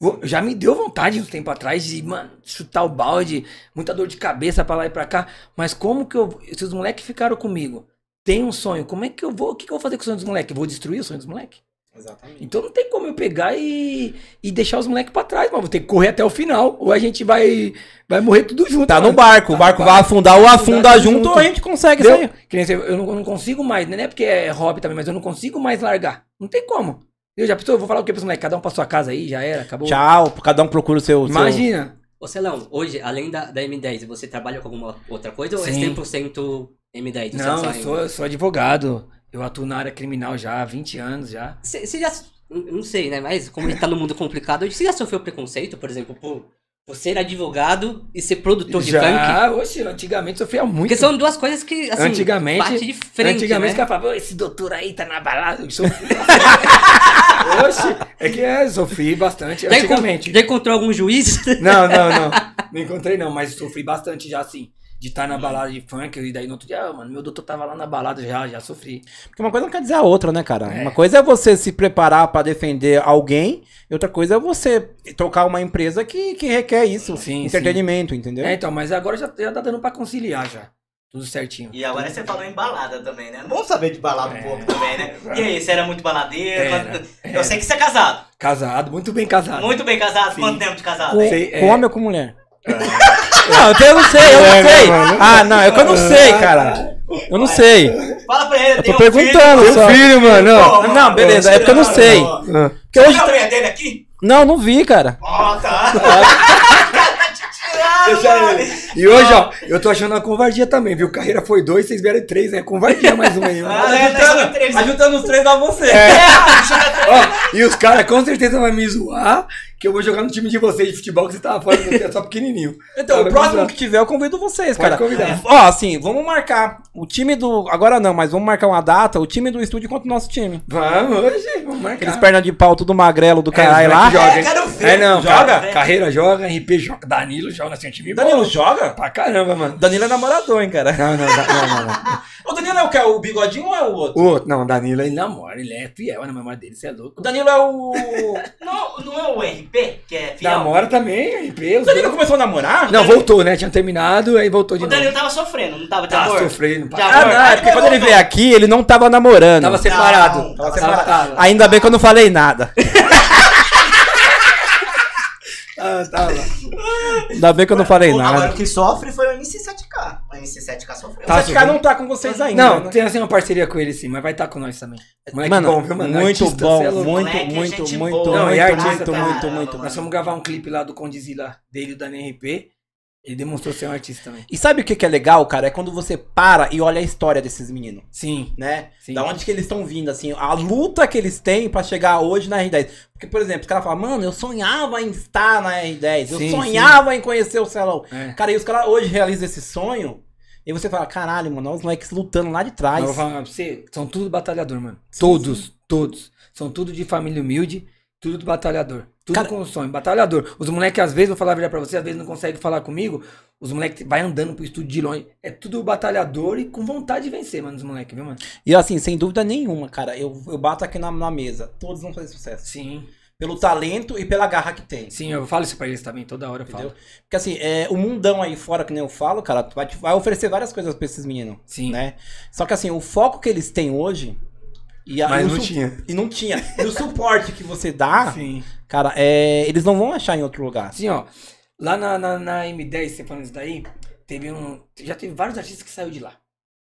Vou- Já me deu vontade um tempo atrás de, mano, chutar o balde, muita dor de cabeça pra lá e pra cá. Mas como que eu. Se os moleques ficaram comigo, tem um sonho, como é que eu vou. O que, que eu vou fazer com o sonho dos moleques? Vou destruir o sonho dos moleques? Exatamente. Então não tem como eu pegar e, e deixar os moleques pra trás, mano. Vou ter que correr até o final. Ou a gente vai, vai morrer tudo junto. Tá no mano. barco, o Tá no barco vai barco. afundar ou afunda Afundar junto, junto. ou a gente consegue Entendeu? sair. Que nem você- eu, não, eu não consigo mais, né? Não é porque é hobby também, mas eu não consigo mais largar. Não tem como. Eu já pensou, eu vou falar o que pros moleques? Cada um pra sua casa aí, já era, acabou. Tchau, cada um procura o seu. seu- (laughs) Imagina. Ô, Celão, hoje, além da, da M10, você trabalha com alguma outra coisa ou é Sim. 100% M10? Você Não, só eu sou, eu sou advogado. Eu atuo na área criminal já há 20 anos já. Você você já. Não sei, né? Mas como a gente tá num mundo complicado, você já sofreu preconceito, por exemplo, por, por ser advogado e ser produtor de funk? já, oxe, antigamente sofria muito. Porque são duas coisas que, assim, Antigamente- bate de frente, Antigamente os né? caras falavam, "Ô, esse doutor aí tá na balada. Eu sofri. (laughs) Oxe, é que é, sofri bastante. Já, encon- Antigamente. já encontrou (laughs) algum juiz? Não, não, não. Não encontrei, não, mas sofri bastante já, assim. De estar na balada de funk, e daí no outro dia, ah, mano, meu doutor tava lá na balada já, já sofri. Porque uma coisa não quer dizer a outra, né, cara? É. Uma coisa é você se preparar pra defender alguém, e outra coisa é você tocar uma empresa que, que requer isso. Sim, entretenimento, entendeu? É, então, mas agora já, já tá dando pra conciliar já. Tudo certinho. E agora você falou em balada também, né? Vamos saber de balada um pouco também, né? E aí, você era muito baladeiro? Era, Quanto- era. Eu sei que você é casado. Casado, muito bem casado. Muito bem casado. Sim. Quanto tempo de casado? Com, sei, com é. né, homem ou com mulher? (laughs) Não, eu não sei, eu É, não sei. não, não. Ah, não, é que eu não sei, cara. Eu não sei. Fala pra ele. Eu tô tem um filho. perguntando Meu só. filho, mano. Pô, Não. mano, Não, beleza, é porque eu não sei. Ah. Porque Você hoje. viu a mulher dele aqui? Não, não vi, cara. Ó, tá. Tá te tirando, mano. E hoje, ó, eu tô achando uma covardia também, viu? Carreira foi dois, vocês vieram três, né? Covardia mais um uma aí. mano. Ah, é, tá só três. os três a você. Ó, e os caras com certeza vão me zoar que eu vou jogar no time de vocês de futebol que você tava falando que é só pequenininho. Então, o Tá, próximo vamos que tiver, eu convido vocês, Pode cara. convidar. Ó, assim, vamos marcar o time do. Agora não, mas vamos marcar uma data, o time do estúdio contra o nosso time. Vamos hoje, vamos marcar. Aqueles perna de pau, tudo magrelo do caralho os lá. moleque joga, É, hein? quero ver. É, não, Joga, cara, velho. Carreira joga, RP joga, Danilo joga, assim, um time bom. joga? Pra caramba, mano. Danilo é namorador, hein, cara. Não, não, não, não, não. O Danilo é o que? O bigodinho ou é o outro? O outro, não, Danilo ele namora, ele é fiel na memória dele, você é louco. Danilo é o. Não, não é o RP que é fiel? namora também, RP. os dois. começou a namorar? Não, voltou, né? Tinha terminado, aí voltou de O novo. Danilo tava sofrendo, não tava de Tá amor? sofrendo, De pá. Ah, amor. não, é porque Aí quando ele voltou. veio aqui, ele não tava namorando. Tava separado. Não, tava separado. Ainda bem que eu não falei nada. Ah, tá lá. Ainda bem que eu não falei Agora nada. o que sofre foi o MC7K. O MC7K sofreu. Tá, Tá, Esse cara não tá com vocês ainda. Não, né? É, tem assim uma parceria com ele sim, mas vai estar com nós também. Moleque mano, bom, viu, mano? muito Artista, bom, cê é louco. muito, Moleque é muito, gente muito, boa, Não, muito, e pra artista caramba, muito, também. muito, muito. mano. Nós fomos gravar um clipe lá do Condizila, dele e do Dani RP. Ele demonstrou ser um artista também. E sabe o que, que é legal, cara? É quando você para e olha a história desses meninos, Sim, né? sim. Da onde que eles estão vindo, assim, a luta que eles têm pra chegar hoje na R10. Porque, por exemplo, os caras falam, mano, eu sonhava em estar na R10, eu Sim, sonhava em conhecer o Celão. É. Cara, e os caras hoje realizam esse sonho, e você fala, caralho, mano, olha os moleques lutando lá de Mas trás. eu vou falar pra você, são tudo batalhador, mano. todos, todos. São tudo de família humilde, tudo batalhador. Tudo Cara- com sonho, batalhador. Os moleques, às vezes, vou falar a verdade pra você, às vezes não consegue falar comigo. Os moleques vai andando pro estúdio de longe. É tudo batalhador e com vontade de vencer, mano, os moleques, viu, mano? E assim, sem dúvida nenhuma, cara, eu, eu bato aqui na, na mesa, todos vão fazer sucesso. Sim. Pelo talento e pela garra que tem. Sim, eu falo isso pra eles também, toda hora eu falo. Entendeu? Porque assim, é, o mundão aí fora, que nem eu falo, cara, tu vai, te- vai oferecer várias coisas pra esses meninos, Sim. né? Só que assim, o foco que eles têm hoje... E, a- e Mas o não su- tinha. E não tinha. E o suporte que você dá, (laughs) Sim. cara, é, eles não vão achar em outro lugar. Assim, Ah, ó. Lá na, na, na M10, você falando isso daí, teve um. Já teve vários artistas que saiu de lá.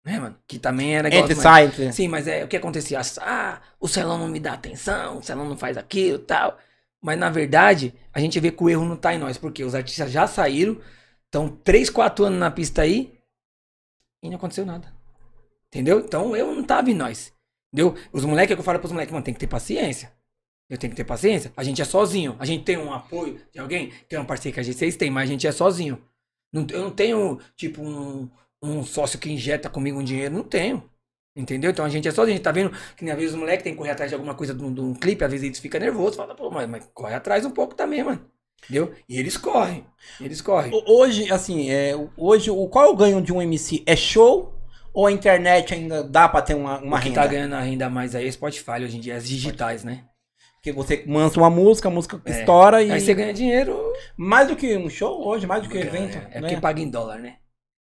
Né, mano? Que também era Entre e mas- sai, entre... ah, Sim, mas é o que acontecia? Ah, o Celão não me dá atenção, o Celão não faz aquilo e tal. Mas na verdade, a gente vê que o erro não tá em nós, porque os artistas já saíram, estão 3, 4 anos na pista aí e não aconteceu nada. Entendeu? Então o erro não tava em nós. Entendeu? Os moleques, é o que eu falo pros moleques, mano, tem que ter paciência. Eu tenho que ter paciência. A gente é sozinho. A gente tem um apoio de alguém, tem um parceiro que a gente, vocês têm, mas a gente é sozinho. Não- eu não tenho, tipo, um, um sócio que injeta comigo um dinheiro. Não tenho. Entendeu? Então a gente é sozinho. A gente tá vendo que nem às vezes os moleques tem que correr atrás de alguma coisa de um, de um clipe, às vezes eles ficam nervosos. Fala, pô, mas, mas corre atrás um pouco também, mano. Entendeu? E eles correm. Eles correm. O- Hoje, assim, é, hoje, o, qual é o ganho de um MC? É show ou a internet ainda dá pra ter uma, uma o que renda? tá ganhando a renda mais aí é Spotify hoje em dia, as digitais, né? Porque você lança uma música, a música É. estoura e. Aí você ganha dinheiro. Mais do que um show hoje, mais do que ganha, evento. né? É né? porque paga em dólar, né?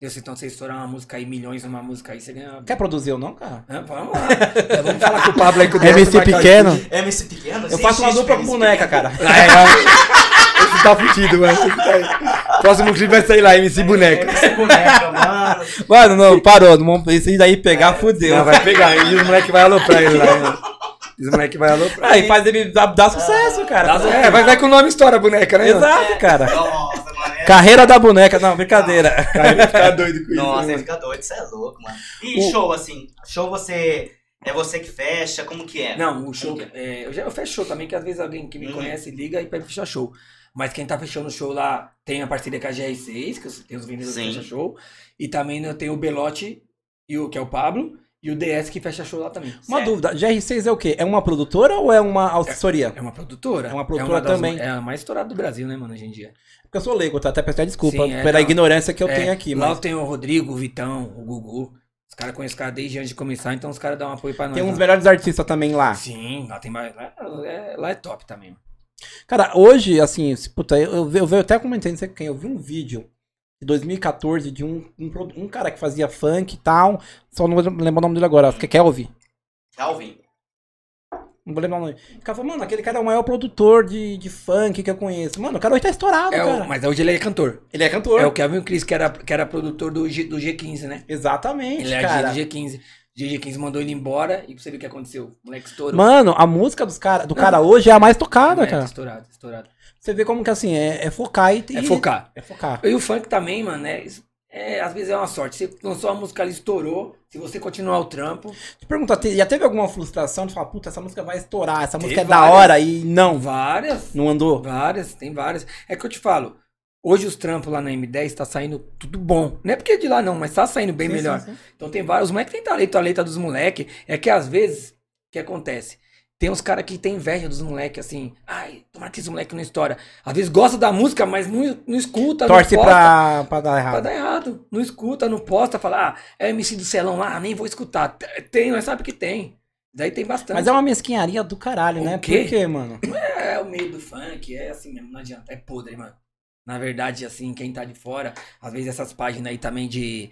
Entendeu? Então se você estourar uma música aí, milhões numa música aí, você ganha. Quer produzir ou não, cara? Ah, vamos lá. Já vamos falar com o Pablo aí (laughs) que o MC vai cair. pequeno? MC É, pequeno? assim, Eu faço uma dupla com boneca, cara. É, esse tá fudido, mano. Esse tá aí. Próximo clipe vai sair lá, MC Boneca. MC É, boneca, mano. (laughs) Mano, não, parou. Não vamos isso daí pegar, fudeu. Não, vai pegar. E os moleque vai aloprar ele lá. né? E os moleque vai aloprar. Aí faz ele dar, dar sucesso, Tá cara. (laughs) É, vai, vai com o nome estoura a boneca, né? mano? Exato, cara. Ah, Nossa, mano. é- Carreira da boneca, não, brincadeira. Cara, ele vai ficar doido com Hum. isso. Nossa, né, ele mano? fica doido, você é louco, mano. E show, assim? Show você. É você que fecha? Como que é? Não, o show. é, eu já eu fecho show também, que às vezes alguém que me Uhum. conhece liga e pede fechar show. Mas quem tá fechando o show lá tem a parceria com a GR6, que eu tenho os vendedores que Sim. fecham show. E também eu tenho o Belote, e o, que é o Pablo, e o DS que fecha show lá também. Uma Certo. dúvida, GR6 é o quê? É uma produtora ou é uma assessoria? É uma produtora. É uma produtora das- também. É a mais estourada do Brasil, né, mano, hoje em dia. Porque eu sou leigo, tá? Até peço até desculpa Sim, é, não. pela ignorância que eu É, tenho aqui, Lá mas tem o Rodrigo, o Vitão, o Gugu. Os caras conhecem os caras desde antes de começar, então os caras dão um apoio pra nós. tem uns lá. melhores artistas também lá. Sim, lá tem mais. Lá é, lá é top também. Cara, hoje, assim, se- puta, eu, eu, vi- eu vi- eu até comentei, não sei com quem, eu vi um vídeo de 2014 de um, um, pro- um cara que fazia funk e tal, só não vou lembrar o nome dele agora, acho que é Kelvin. Calvin. Não vou lembrar o nome. O cara falou, mano, aquele cara é o maior produtor de, de funk que eu conheço. Mano, o cara hoje tá estourado, É o- cara. mas hoje ele é cantor. Ele é cantor. É o Kevin Chris, que era, que era produtor do, G, do G15, né? Exatamente, Ele era cara. do G15. O G15 mandou ele embora e pra você ver o que aconteceu. O moleque estourou. Mano, a música dos cara, do cara hoje é a mais tocada, Moleque cara. Estourado, estourado. Você vê como que assim, é, é focar e tem. É focar. É focar. E o funk também, mano, é, isso- é, às vezes é uma sorte. Você lançou a música ali, estourou. Se você continuar o trampo, Te perguntar, te- já teve alguma frustração de falar, puta, essa música vai estourar, essa Teve música é da várias. hora e não, várias, não andou? várias, tem várias. É que eu te falo, hoje os trampos lá na M10 tá saindo tudo bom. Não é porque é de lá não, mas tá saindo bem Sim, melhor. sim, sim. Então tem vários. Os moleques têm talento, a letra dos moleques. É que às vezes, o que acontece? Tem uns caras que tem inveja dos moleques, assim. Ai, tomara que esse moleque não estoura. Às vezes gosta da música, mas não, não escuta, Torce não posta. pra, pra dar Pra errado. dar errado. Não escuta, não posta, fala, ah, é MC do Celão lá, nem vou escutar. T- Tem, mas sabe que tem. Daí tem bastante. Mas é uma mesquinharia do caralho, O né? quê? Por quê, mano? É, é o meio do funk, é assim mesmo, não adianta, é podre, mano. Na verdade, assim, quem tá de fora, às vezes essas páginas aí também de,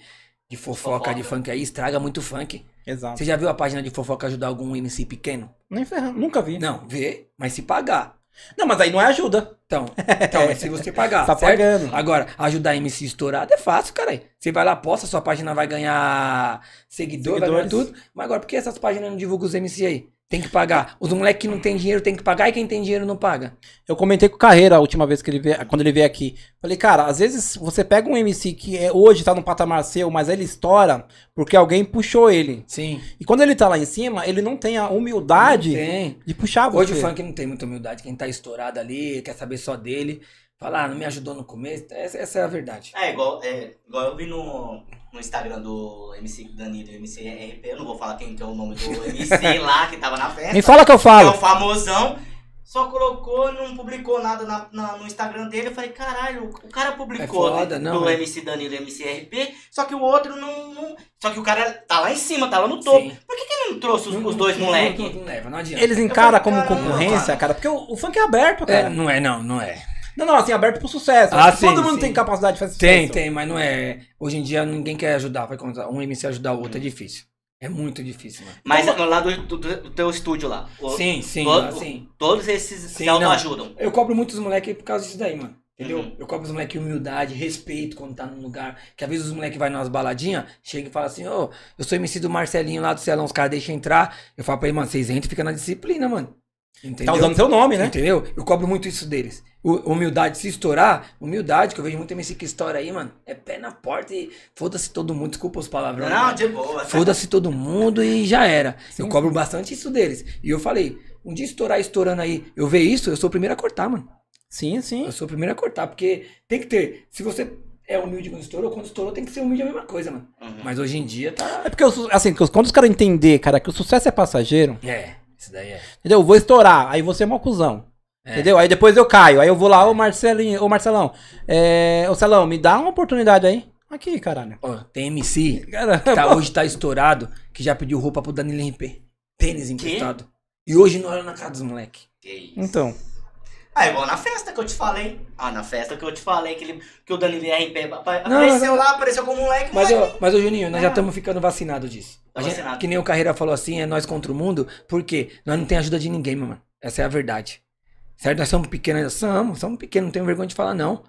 de fofoca, de Fofoca. funk aí, estraga muito o funk. Exato. Você já viu a página de fofoca ajudar algum MC pequeno? Nem ferrando, nunca vi. Não, vê, mas se pagar. Não, mas aí não é ajuda. Então, então mas se você pagar, tá certo? pagando. Agora, ajudar MC estourado é fácil, caralho. Você vai lá, posta, sua página vai ganhar seguidor, vai ganhar Seguidores. tudo. Mas agora, por que essas páginas não divulgam os MC aí? Tem que pagar. Os moleques que não tem dinheiro tem que pagar e quem tem dinheiro não paga. Eu comentei com o Carreira a última vez que ele veio, quando ele veio aqui. Falei, cara, às vezes você pega um MC que é, hoje tá no patamar seu, mas ele estoura porque alguém puxou ele. Sim. E quando ele tá lá em cima, ele não tem a humildade Tem. de puxar você. Hoje o funk não tem muita humildade. Quem tá estourado ali, quer saber só dele. Falar, ah, não me ajudou no começo. Essa, essa é a verdade. É igual, é igual eu vi no, no Instagram do MC Danilo, MC RP. Eu não vou falar quem que é o nome do MC lá que tava na festa. Me fala que eu É o falo. famosão. Só colocou, não publicou nada na- na- no Instagram dele. Eu falei, caralho, o- o cara publicou É foda, do- não, do é. MC Danilo MC RP, só que o outro não, não- Só que o cara tá lá em cima, tá lá no topo. Sim. Por que, que não trouxe os, os dois Não- moleques? Não, não leva, não adianta. Eles encaram como Caramba, concorrência, cara, porque o, o funk é aberto, É, cara. não é, não, não é. Não, não, assim, aberto pro sucesso. Ah, sim, Todo mundo sim. tem capacidade de fazer sucesso. Tem, tem, mas não é. Hoje em dia ninguém quer ajudar. Vai contar. Um MC ajudar o outro é difícil. É muito difícil, mano. Mas é lá do, do- do teu estúdio lá. o- Sim, sim, assim. o- sim. Todos esses Sim, se autoajudam. Eu cobro muitos moleques por causa disso daí, mano. Entendeu? Uhum. Eu cobro os moleques humildade, respeito quando tá num lugar. Que às vezes os moleques vai nas baladinhas, chega e fala assim, ô, eu sou MC do Marcelinho lá do Celão, os caras deixam entrar. Eu falo pra ele, mano, vocês entram e fica na disciplina, mano. Tá Entendeu? usando seu nome, né? Entendeu? Eu cobro muito isso deles. O- humildade, se estourar, humildade, que eu vejo muito MC que estoura aí, mano, é pé na porta e foda-se todo mundo, desculpa os palavrões. Não, de boa. Foda-se todo mundo e já era. Eu cobro bastante isso deles. E eu falei, um dia estourar estourando aí, eu ver isso, eu sou o primeiro a cortar, mano. Sim, sim. Eu sou o primeiro a cortar, porque tem que ter. Se você é humilde quando estourou, quando estourou tem que ser humilde é a mesma coisa, mano. Uhum. Mas hoje em dia tá. É porque, eu su- assim, quando os caras entender, cara, que o sucesso é passageiro, É, isso daí é. entendeu? Eu vou estourar, aí você é mó cuzão. É. Entendeu? Aí depois eu caio, aí eu vou lá, ô Marcelinho, ô Marcelão, é, ô Celão, me dá uma oportunidade aí. Aqui, caralho. Ó, tem MC Cara, que tá, pô, hoje tá estourado, que já pediu roupa pro Danilo RP. Tênis emprestado. E hoje não olha na cara dos moleque. Que isso. (laughs) Então, Ah, igual na festa que eu te falei. Ah, na festa que eu te falei que, ele, que o Danilo RP apa- Não, apareceu lá, apareceu como moleque. Mas, moleque. ô, mas ô Juninho, nós já Ah. estamos ficando vacinados disso. A gente- Vacinado. que nem o Carreira falou assim, é nós contra o mundo, porque nós não tem ajuda de ninguém, mano. Essa é a verdade. Certo? Nós somos pequenos, somos, somos pequenos, não tenho vergonha de falar, não.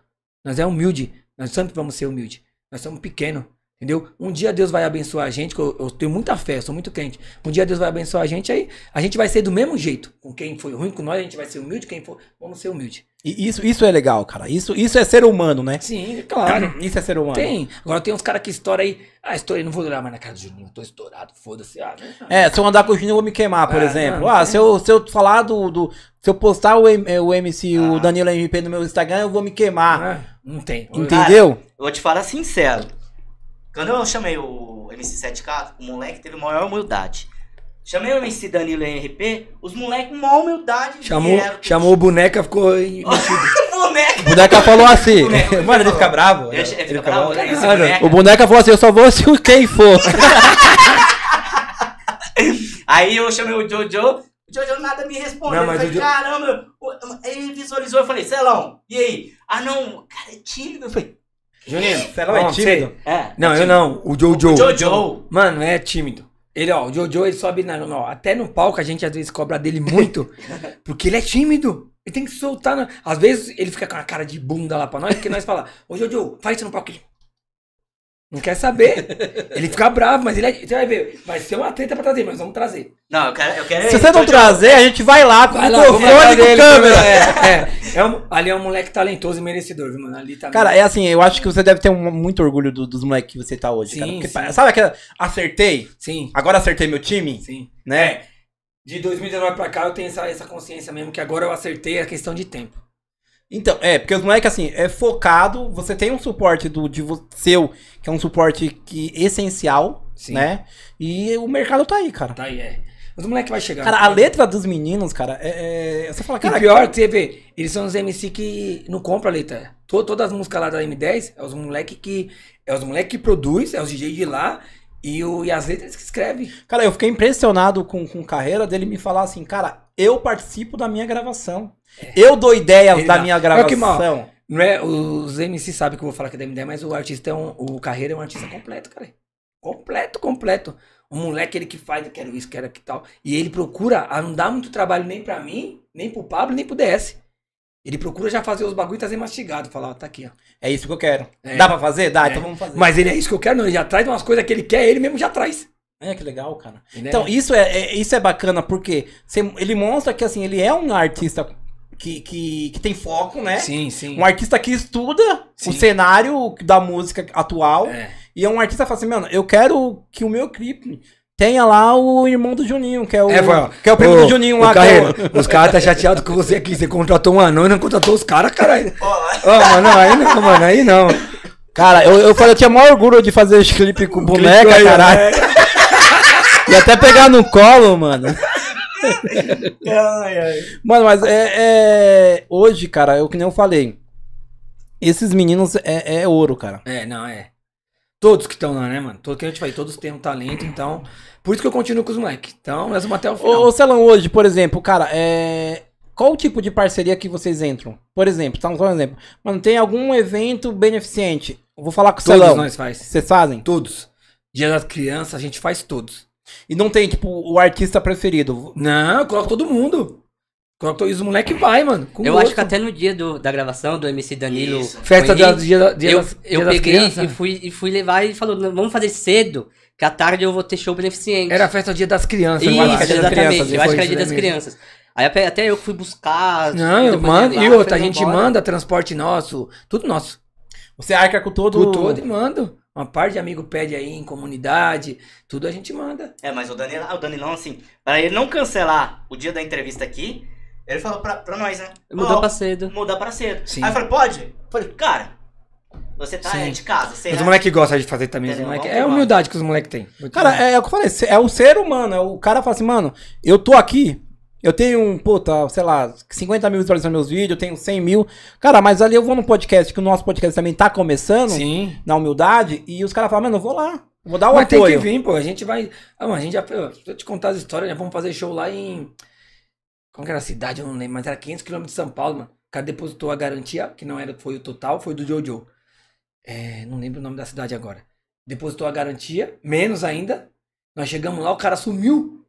Nós é humilde, nós sempre vamos ser humilde. Nós somos pequenos, entendeu? Um dia Deus vai abençoar a gente, que eu, eu tenho muita fé, eu sou muito crente. Um dia Deus vai abençoar a gente, aí a gente vai ser do mesmo jeito. Com quem foi ruim com nós, a gente vai ser humilde, quem for, vamos ser humilde. e isso, isso é legal, cara. Isso, isso é ser humano, né? Sim, claro. Isso é ser humano. Tem. Agora tem uns caras que estoura aí. Ah, estourei, não vou olhar mais na cara do Juninho, tô estourado, foda-se. Ah, É, se eu andar com o Juninho, eu vou me queimar, por Ah, exemplo. não, ah, tem. se eu, se eu falar do, do- Se eu postar o, M- eh, o MC, o Ah. Danilo MP no meu Instagram, eu vou me queimar. Ah, não tem. Entendeu? Eu vou te falar sincero. Quando eu chamei o MC7K, o moleque teve maior humildade. Chamei o MC Danilo RP, os moleques, maior humildade. Chamou, chamou o boneca, ficou. (laughs) em- o boneco. O boneca falou assim. Boneca, ele Mano, ele falou. fica bravo. Ele Ele fica bravo, fica né? bravo. olha esse Cara, boneca. O boneca falou assim: eu só vou se o quem for. Aí eu chamei o Jojo. O Jojo nada me respondeu. Não, mas eu falei, o Jo- caramba. o- Ele visualizou, eu falei, Celão, e aí? Ah, não, o cara é tímido. Eu falei, Juninho, Celão é não, tímido? sei. é. Não, eu não. O Jojo. O Jojo. Mano, é tímido. Ele, ó, o Jojo, ele sobe na. Não, até no palco a gente às vezes cobra dele (laughs) muito, porque ele é tímido. Ele tem que soltar. na- Às vezes ele fica com a cara de bunda lá pra nós, porque nós fala, ô Jojo, faz isso no palco. Ele Não quer saber. Ele fica bravo, mas ele é. Você vai ver, vai ser uma treta pra trazer, mas vamos trazer. Não, eu quero. Eu quero tá Se você não Jojo. trazer, a gente vai lá com o Vai lá, vamos microfone atrás e com dele, câmera. (laughs) É, é. É um- ali é um moleque talentoso e merecedor, viu, mano? Ali tá. Cara, é assim, eu acho que você deve ter um- muito orgulho do- dos moleques que você tá hoje, Sim, cara. Porque sim. pa- sabe aquela. Acertei? Sim, Agora acertei meu time? sim. Né? De 2019 pra cá eu tenho essa, essa consciência mesmo que agora eu acertei a questão de tempo. Então, é, porque os moleques, assim, é focado, você tem um suporte do de vo- seu, que é um suporte que essencial, Sim. né? E o mercado tá aí, cara. Tá aí, é. Mas o moleque vai chegar. Cara, a letra dos meninos, cara, é. é- você fala, E cara, pior, você vê, eles são os MC que não compra a letra. To- todas as músicas lá da M10 é os moleque que. É os moleque que produz, é os DJ de lá. E, o, e as letras que escreve. cara, eu fiquei impressionado com, com a carreira dele me falar assim, cara, eu participo da minha gravação. Eu dou ideias É. Ele da dá. minha Olha que mal. gravação. Não é, os MC sabem que eu vou falar que é da MD, mas o artista é um. O Carreira é um artista completo, cara. Completo, completo. O moleque, ele que faz, eu quero isso, quero que tal. E ele procura a não dar muito trabalho nem pra mim, nem pro Pablo, nem pro DS. Ele procura já fazer os bagulho e trazer mastigado. Falar, ó, tá aqui, ó. É isso que eu quero. É. Dá pra fazer? Dá, É. então vamos fazer. Mas ele é isso que eu quero, não. Ele já traz umas coisas que ele quer, ele mesmo já traz. É, que legal, cara. Ele Então, é- isso é, é- isso é bacana, porque você- ele mostra que, assim, ele é um artista que, que, que tem foco, né? Sim, sim. Um artista que estuda o Sim. cenário da música atual. É. E é um artista que fala assim, mano, eu quero que o meu clipe tenha lá o irmão do Juninho, que é o, É, vai, ó. que é o primo Ô, do Juninho ô, lá. que é o- Carreira, Os caras tá chateados com você aqui. Você contratou um anão e não contratou os caras, caralho. Ó, Ó, mano, aí não, mano, aí não. Cara, eu, eu falei, eu tinha maior orgulho de fazer esse clipe com boneca, aí, né? ó. caralho. E até pegar no colo, mano. Mano, mas é, é- Hoje, cara, eu que nem eu falei. Esses meninos é, é ouro, cara. É, não, é. Todos que estão lá, né, mano? Todos que a gente vai, todos têm um talento, então. Por isso que eu continuo com os moleques. Então, nós vamos até o final. Ô, ô Celão, hoje, por exemplo, cara, é. Qual o tipo de parceria que vocês entram? Por exemplo, tá só um exemplo. Mano, tem algum evento beneficente? Eu vou falar com o todos Celão. nós faz. Vocês fazem? Todos. Dia das crianças, a gente faz todos. E não tem, tipo, o artista preferido. Não, eu coloco todo mundo. Coloco todos os moleques vai, mano. com Eu gosto. acho que até no dia do- da gravação do MC Danilo. Isso. com Festa Henrique, da, dia, da- dia eu, das, dia eu das peguei crianças. e fui, e fui levar e falou, "Não, vamos fazer cedo, que à tarde eu vou ter show beneficente. Era a festa do dia das crianças. Isso, eu acho que era Dia das exatamente. Crianças, eu acho foi que era isso, dia né, das mesmo? crianças. Aí até até eu fui buscar. Não, eu depois mando. de lá, E outra, a depois gente embora. manda transporte nosso, tudo nosso. Você arca com todo. Tudo todo e manda. Uma parte de amigo pede aí em comunidade, tudo a gente manda. É, mas o Danilão, o Danilão, assim, pra ele não cancelar o dia da entrevista aqui, ele falou pra, pra nós, né? Mudou Ó, pra cedo. mudar pra cedo. Sim. Aí eu falei, pode? Eu falei, cara, você tá Sim. de casa, sei Mas lá. os moleques gostam de fazer também. Os Entendeu? moleque... Vamos É a que humildade que os moleques têm. Muito Cara, bom. é, é o que eu falei, cê- é o ser humano. É o cara fala assim, mano, eu tô aqui, eu tenho, um, puta, sei lá, 50 mil visualizações nos meus vídeos, eu tenho 100 mil. Cara, mas ali eu vou no podcast, que o nosso podcast também tá começando, Sim. na humildade, e os caras falam, mano, eu vou lá, vou dar o Mas tem que apoio. vir, pô. A gente vai. Ah, mano, a gente já. eu- Deixa eu te contar as histórias, né? Vamos fazer show lá em. Como que era a cidade? Eu não lembro, mas era 500 km de São Paulo, mano. O cara depositou a garantia, que não era, foi o total, foi do Jojo. É, não lembro o nome da cidade agora. Depositou a garantia, menos ainda. Nós chegamos lá, o cara sumiu.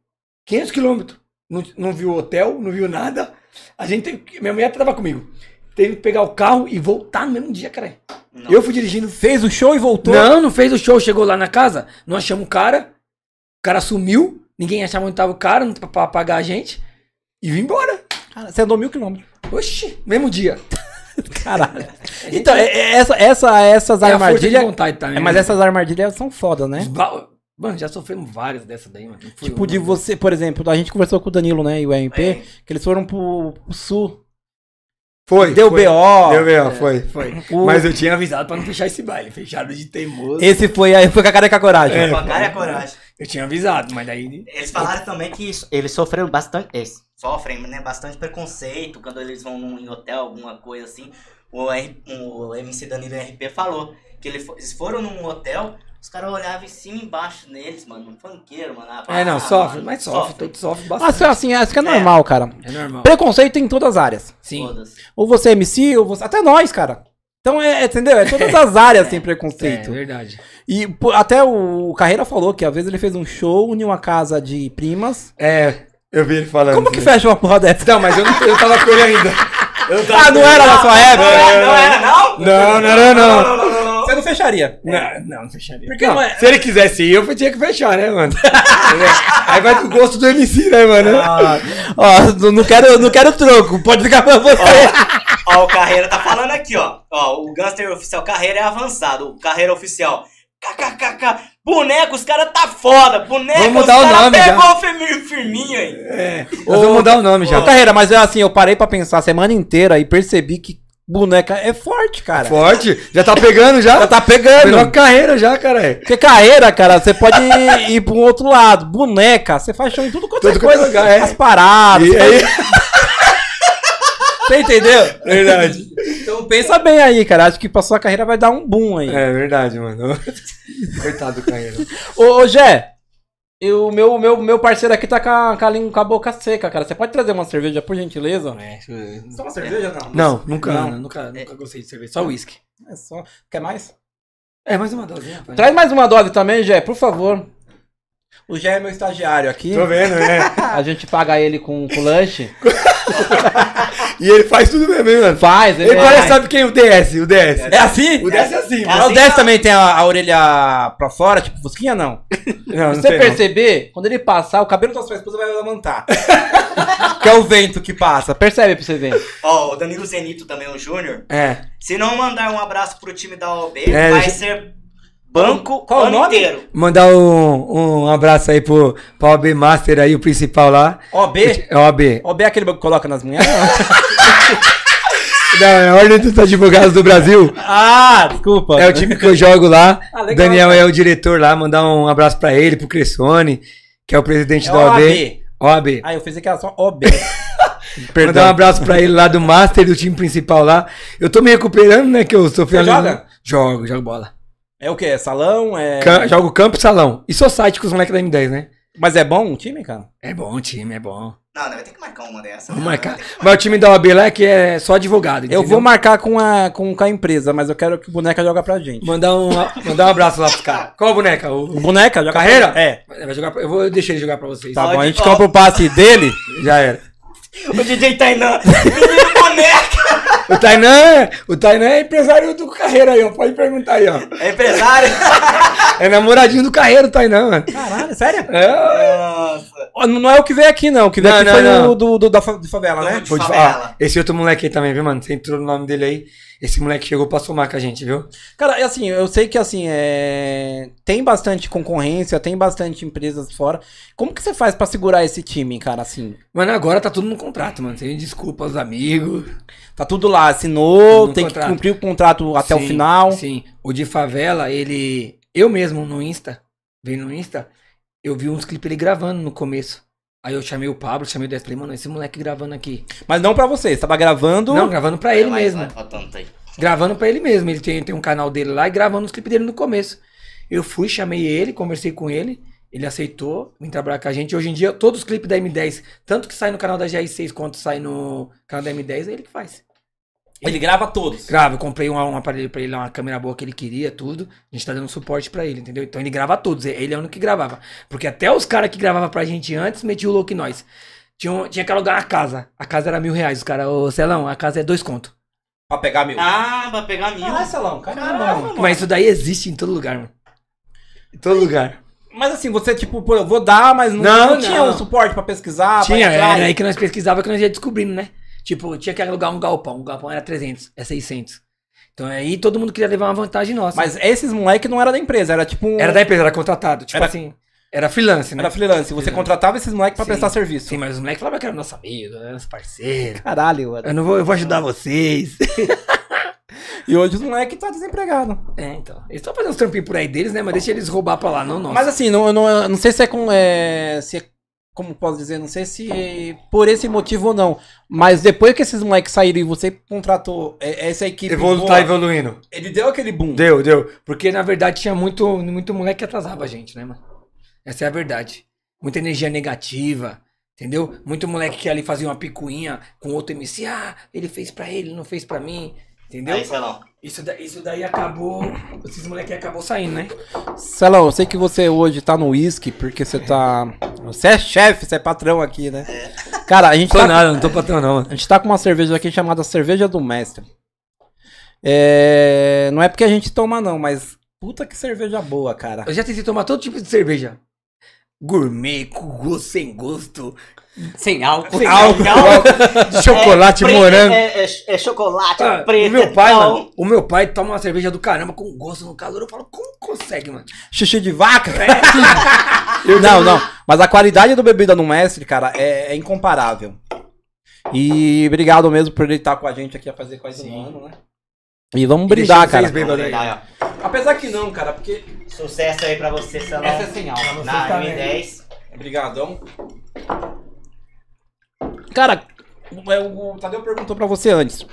500 km. Não, não viu hotel, não viu nada. A gente teve. que- Minha mulher tava comigo. Teve que pegar o carro e voltar no mesmo dia, cara. Não. Eu fui dirigindo Fez o show e voltou. não, não fez o show, chegou lá na casa, não achamos o cara, o cara sumiu, ninguém achava onde tava o cara, não pra- pra pagar a gente, e vim embora. Cara, você andou (laughs) mil quilômetros. Oxi, mesmo dia. Caralho. Então, é- é essa, essa, essas É a força de armadilhas. vontade também. é, mas né? essas armadilhas são foda, né? Ba- Mano, já sofremos várias dessa daí, mano. Não fui Tipo, eu, de não. você, por exemplo, a gente conversou com o Danilo, né, e o RMP, É. que eles foram pro, pro sul. Foi. Deu foi. BO. Deu B.O., foi. Foi. O- Mas eu tinha avisado. Avisado pra não fechar esse baile, fechado de teimoso. Esse foi aí, foi com a cara e com a coragem. É. Com a cara e a coragem. Eu tinha avisado, mas daí. Eles falaram também que isso- eles sofreram bastante. Eles sofrem, né? Bastante preconceito quando eles vão num, em hotel, alguma coisa assim. O, R- o MC Danilo RP falou que ele fo- eles foram num hotel, os caras olhavam em cima e embaixo neles, mano. Um funkeiro, mano. Ah, É, não, sofre, mano, mas sofre, todo sofre bastante. Assim, assim, acho que é normal, cara. É normal. Preconceito em todas as áreas. Sim. Foda-se. Ou você é MC, ou você. Até nós, cara. Então, é, é, entendeu? É todas as áreas tem É, preconceito. verdade. E pô, até o Carreira falou que às vezes ele fez um show em uma casa de primas. É, eu vi ele falando. Como que isso, né? fecha uma porra dessa? Não, mas eu, não, eu tava com ele ainda. Eu tava... (laughs) Ah, não era na sua época? Não era, não? Não, não era não. não, não, não. Você não fecharia. Não, não, não fecharia. Porque Não, não é. Se ele quisesse ir, eu tinha que fechar, né, mano? Entendeu? Aí vai do gosto do MC, né, mano? Ah, Ó, não- não quero, não quero troco, pode ficar pra você. Ó, o Carreira tá falando aqui, ó. Ó, o Gangster Oficial Carreira é avançado. O Carreira Oficial. KKKK. Boneco, os caras tá foda. Boneco, Vamos os mudar o cara nome pegou o firminho, firminho aí. É. Nós vamos mudar o nome já. Ô, Carreira, mas é assim, eu parei pra pensar a semana inteira e percebi que boneca é forte, cara. Forte. Já tá pegando já? Já tá Melhor pegando. carreira já, cara. Porque carreira, cara, você pode (laughs) ir, ir pra um outro lado. Boneca, você faz show em tudo quanto é Tudo quanto é coisa. lugar, é. As paradas. E aí... Você entendeu? Verdade. Então pensa bem aí, cara. Acho que pra sua carreira vai dar um boom aí. É verdade, mano. Coitado do carreira. Ô, ô Jé, eu- o meu, meu, meu parceiro aqui tá com a, com a língua- com a boca seca, cara. Você pode trazer uma cerveja, por gentileza? É, Só uma cerveja, não? Não, nunca, nunca. nunca, nunca gostei de cerveja, só uísque. É só. Quer mais? É, mais uma né, dosinha, rapaz. Traz mais uma dose também, Jé, por favor. O Jé é meu estagiário aqui. Tô vendo, né? A gente paga ele com, com lanche. E ele faz tudo mesmo, hein, mano? Faz, né? Ele vai. parece, sabe quem? é O DS, o DS. É assim? O DS é assim, É mano. Mas assim, o 10 ó. também tem a, a orelha pra fora, tipo fusquinha, não? Não, Se não você tem, não. perceber, quando ele passar, o cabelo da sua esposa vai levantar. (laughs) que é o vento que passa. Percebe pra você ver. Ó, o Danilo Zenito também, o Júnior. É. Se não mandar um abraço pro time da OB, É, vai já- ser banco Qual o ano nome? inteiro. Mandar um, um abraço aí pro, pro OB Master aí, o principal lá. OB? É OB. OB é aquele bagulho que coloca nas mulheres? Não, é Ordem dos Advogados do Brasil. ah, desculpa. É o time que eu jogo lá. Ah, legal, Daniel é o diretor lá. Mandar um abraço pra ele, pro Cressone, que é o presidente É da OAB. OAB. OAB. Ah, eu fiz aquela só OB. Mandar um abraço pra ele lá do Master, do time principal lá. Eu tô me recuperando, né? Que eu sou joga? Jogo, jogo bola. É o quê? É salão? É... Ca- jogo campo e salão. E sou site com os moleques da M10, né? Mas é bom o time, cara? É bom o time, é bom. Não, não, vai ter que marcar uma dessas. Vamos né? marcar. Mas o time da OAB lá é que é só advogado. Eu entendeu? vou marcar com a, com com a empresa, mas eu quero que o boneca joga pra gente. Mandar um, mandar um abraço lá pros caras. Qual boneca? O O... boneca joga Carreira? Pra... É. Vai jogar pra- Eu, vou, eu deixei ele jogar pra vocês. Tá Pode bom, a gente falar. (laughs) compra o passe dele. Já era. (laughs) O DJ Tainan, menino boneco. O Tainan, o Tainan é empresário do Carreiro aí, ó. Pode perguntar aí, ó. É empresário? É namoradinho do Carreiro, o Tainan, mano. Caralho, sério? É, Nossa. Ó, Não é o que veio aqui, não. O que veio Não, aqui não, foi não. o do, do- da fa- de favela, né? De vou te favela. falar. Esse outro moleque aí também, viu, mano? Você entrou no nome dele aí. Esse moleque chegou pra somar com a gente, viu? Cara, é assim, eu sei que assim, é... tem bastante concorrência, tem bastante empresas fora. Como que você faz pra segurar esse time, cara, assim? Mano, agora tá tudo no contrato, mano. Sem desculpa aos amigos. Tá tudo lá, assinou, No tem contrato. que cumprir o contrato até o Sim, final. Sim. O de favela, ele. Eu mesmo no Insta, vem no Insta, eu vi uns clipes ele gravando no começo. Aí eu chamei o Pablo, chamei o Dez, falei, mano, esse moleque gravando aqui. Mas não pra você, você tava gravando. Não, gravando pra ele Vai, vai, mesmo. vai, faltando aí. Gravando pra ele mesmo. Ele tem, tem um canal dele lá e gravando os clipes dele no começo. Eu fui, chamei ele, conversei com ele. Ele aceitou vir trabalhar com a gente. Hoje em dia, todos os clipes da M10, tanto que sai no canal da GR6 quanto sai no canal da M10, é ele que faz. Ele grava todos. Grava, eu comprei um, um aparelho pra ele, lá, uma câmera boa que ele queria, tudo. A gente tá dando suporte pra ele, entendeu? Então ele grava todos, ele é o único que gravava. Porque até os caras que gravavam pra gente antes metiam o louco em nós. Tinha, um, tinha que alugar a casa. A casa era mil reais. Os caras, ô Celão, a casa é dois conto. Pra pegar meu. Ah, vai pegar mil. Caralho, Salão, Ah, caramba, mano. Mas isso daí existe em todo lugar, mano. Em todo lugar. Mas assim, você, tipo, pô, eu vou dar, mas não, Não, não tinha não. um suporte pra pesquisar, Tinha, pra era entrar. aí que nós pesquisava que nós ia descobrindo, né? Ah, Tipo, tinha que alugar um galpão. O galpão era 300, é 600. Então aí todo mundo queria levar uma vantagem nossa. Mas esses moleque não era da empresa, era tipo um. era da empresa, era contratado. Tipo Era- assim, era freelance, né? era freelance. Você contratava esses moleque pra Sim, prestar serviço. Sim, mas os moleques falavam que eram nosso amigo, eram nosso parceiro. Caralho, mano. Eu, não vou, eu vou ajudar vocês. E hoje os moleque tá desempregado. É, então. Eles estão fazendo uns trampinhos por aí deles, né? Mas deixa eles roubar pra lá, não nosso. Mas assim, não, eu não, eu não sei se é com. é, se é- como posso dizer, não sei se é por esse motivo ou não. Mas depois que esses moleques saíram e você contratou é, essa equipe. Evolu boa, tá evoluindo. Ele deu aquele boom. Deu, deu. Porque na verdade tinha muito, muito moleque que atrasava a gente, né, mano? Essa é a verdade. Muita energia negativa, entendeu? Muito moleque que ali fazia uma picuinha com outro MC. Ah, ele fez pra ele, não fez pra mim. Entendeu? Aí, Celão. Isso, da- isso daí acabou. Esses moleque acabou saindo, né? Celão, eu sei que você hoje tá no uísque, porque você tá. Você é chefe, você é patrão aqui, né? Cara, a gente Tô tá. nada, não tô patrão não, mano. A gente tá com uma cerveja aqui chamada Cerveja do Mestre. É, Não é porque a gente toma, não, mas. Puta que cerveja boa, cara. Eu já tentei tomar todo tipo de cerveja. Gourmet, com gosto, sem gosto. Sem álcool. Sem Álcool. De É, chocolate, preto, morango. É, é- é chocolate, Ah, é preto. o meu pai, é tal. mano, o meu pai toma uma cerveja do caramba com gosto no calor. Eu falo, como consegue, mano? Xixi de vaca? (laughs) não, não. Mas a qualidade do bebida no mestre, cara, é, é incomparável. E obrigado mesmo por ele estar com a gente aqui a fazer quase um ano, né? E vamos brindar, deixa vocês cara. bem- bêbado aí. Aí, ó. Apesar que não, cara, porque Sucesso aí pra você, Celão. essa é sem alma. Na M10. Obrigadão. Cara, o- é, o Tadeu perguntou pra você antes.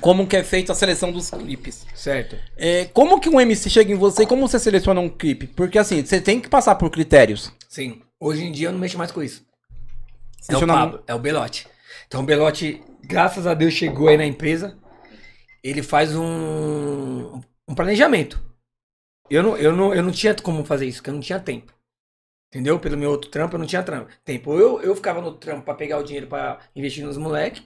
Como que é feita a seleção dos clipes? Certo. É, como que um MC chega em você e como você seleciona um clipe? Porque assim, você tem que passar por critérios. Sim. Hoje em dia eu não mexo mais com isso. É Deixa o eu na- Pablo, é o Belote. Então o Belote, graças a Deus, chegou aí na empresa. Ele faz um, um planejamento. Eu não, eu, não, eu não tinha como fazer isso, porque eu não tinha tempo. Entendeu? Pelo meu outro trampo, eu não tinha trampo. Tempo. Ou Eu, eu ficava no trampo pra pegar o dinheiro pra investir nos moleques.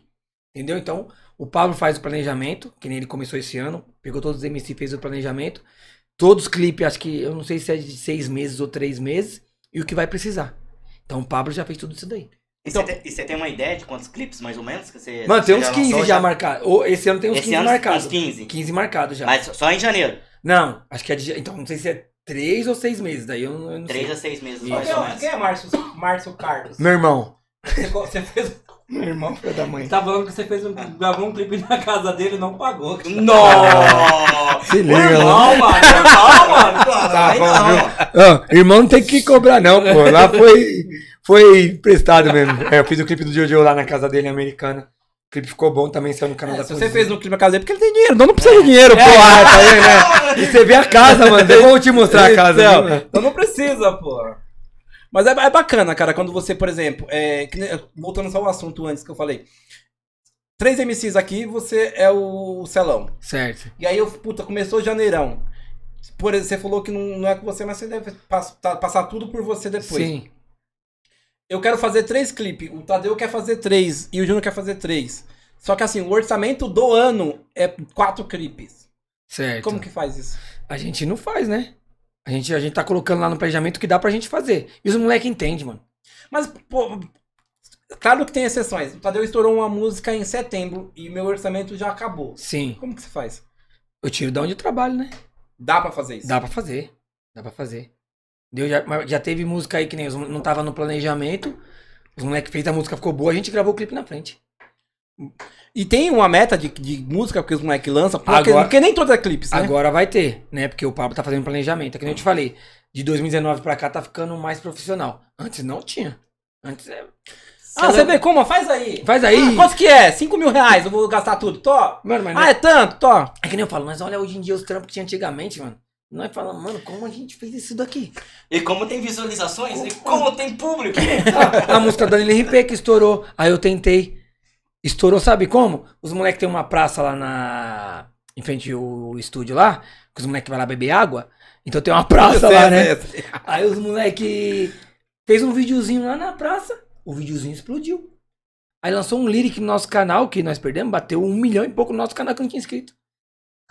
Entendeu? Então, o Pablo faz o planejamento, que nem ele começou esse ano. Pegou todos os MC, fez o planejamento. Todos os clipes, acho que, eu não sei se é de seis meses ou três meses. E o que vai precisar. Então, o Pablo já fez tudo isso daí. E Então- você tem- e você tem uma ideia de quantos clipes, mais ou menos? Que você, Mano, tem você uns lançou 15 já marcados. Ou Esse ano tem uns Esse 15 ano, marcados. uns 15. 15 marcados já. Mas só em janeiro. Não, acho que é de. Então, não sei se é 3 ou 6 meses. Daí eu não, eu não 3 sei. a 6 meses, Quem mais ou menos. é, quem é Márcio, Márcio Carlos? Meu irmão. Você, co- você fez, Meu irmão, filho É da mãe. tá falando que você fez um, gravou um clipe na casa dele e não pagou. Nossa! Se liga, lá. né? Não, mano, (laughs) não, Tá mano. Aí bom, não. Ah, irmão não tem que cobrar, não, pô. Lá foi, foi emprestado mesmo. É, eu fiz o clipe do Jojo lá na casa dele, americana. O clipe ficou bom também, saiu no É, canal da Se você Cozinha. fez um clipe na casa dele, porque ele tem dinheiro, não, não precisa de dinheiro, Pô, porra. ah, tá (laughs) vendo, né? E você vê a casa, mano. Eu vou te mostrar a casa. Então, viu, né? mano? então não precisa, pô. Mas é, é bacana, cara, quando você, por exemplo, é, que nem- voltando só ao assunto antes que eu falei. Três MCs aqui, você é o Celão. Certo. E aí, eu, puta, começou janeirão. Por, exemplo, você falou que não, não é com você, mas você deve pas- tá- passar tudo por você depois. Sim. Eu quero fazer três clipes. O Tadeu quer fazer três e o Júnior quer fazer três. Só que assim, o orçamento do ano é quatro clipes. Certo. Como que faz isso? A gente não faz, né? A gente, a gente tá colocando lá no planejamento o que dá pra gente fazer. E os moleques entendem, mano. Mas, pô, claro que tem exceções. O Tadeu estourou uma música em setembro e meu orçamento já acabou. Sim. Como que você faz? Eu tiro da onde eu trabalho, né? Dá pra fazer isso? Dá pra fazer. Dá pra fazer. Deu, já, mas já teve música aí que nem os, não tava no planejamento. Os moleques fez a música, ficou boa, a gente gravou o clipe na frente. E tem uma meta de, de música que os moleques lançam, porque, Agora- porque nem todas é clipes, né? Agora vai ter, né? Porque o Pablo tá fazendo planejamento. É que nem eu te falei. De 2019 pra cá tá ficando mais profissional. Antes não tinha. Antes é... ah, você vê como? Faz aí. Faz aí. né? Ah, quanto que é? 5 mil reais, eu vou gastar tudo. Tó. Mano, mas não- Ah, é tanto, tó. É que nem eu falo, mas olha hoje em dia os trampos que tinha antigamente, mano. Nós falamos, mano, como a gente fez isso daqui? E como tem visualizações, e como tem público. A música da LRP que estourou. Aí eu tentei. Estourou, sabe como? Os moleques tem uma praça lá na. Em frente ao estúdio lá, que os moleques vai lá beber água. Então tem (laughs) uma praça lá, né? Aí os moleque fez um videozinho lá na praça, o videozinho explodiu. Aí lançou um lyric no nosso canal, que nós perdemos, bateu um milhão e pouco no nosso canal que não tinha inscrito.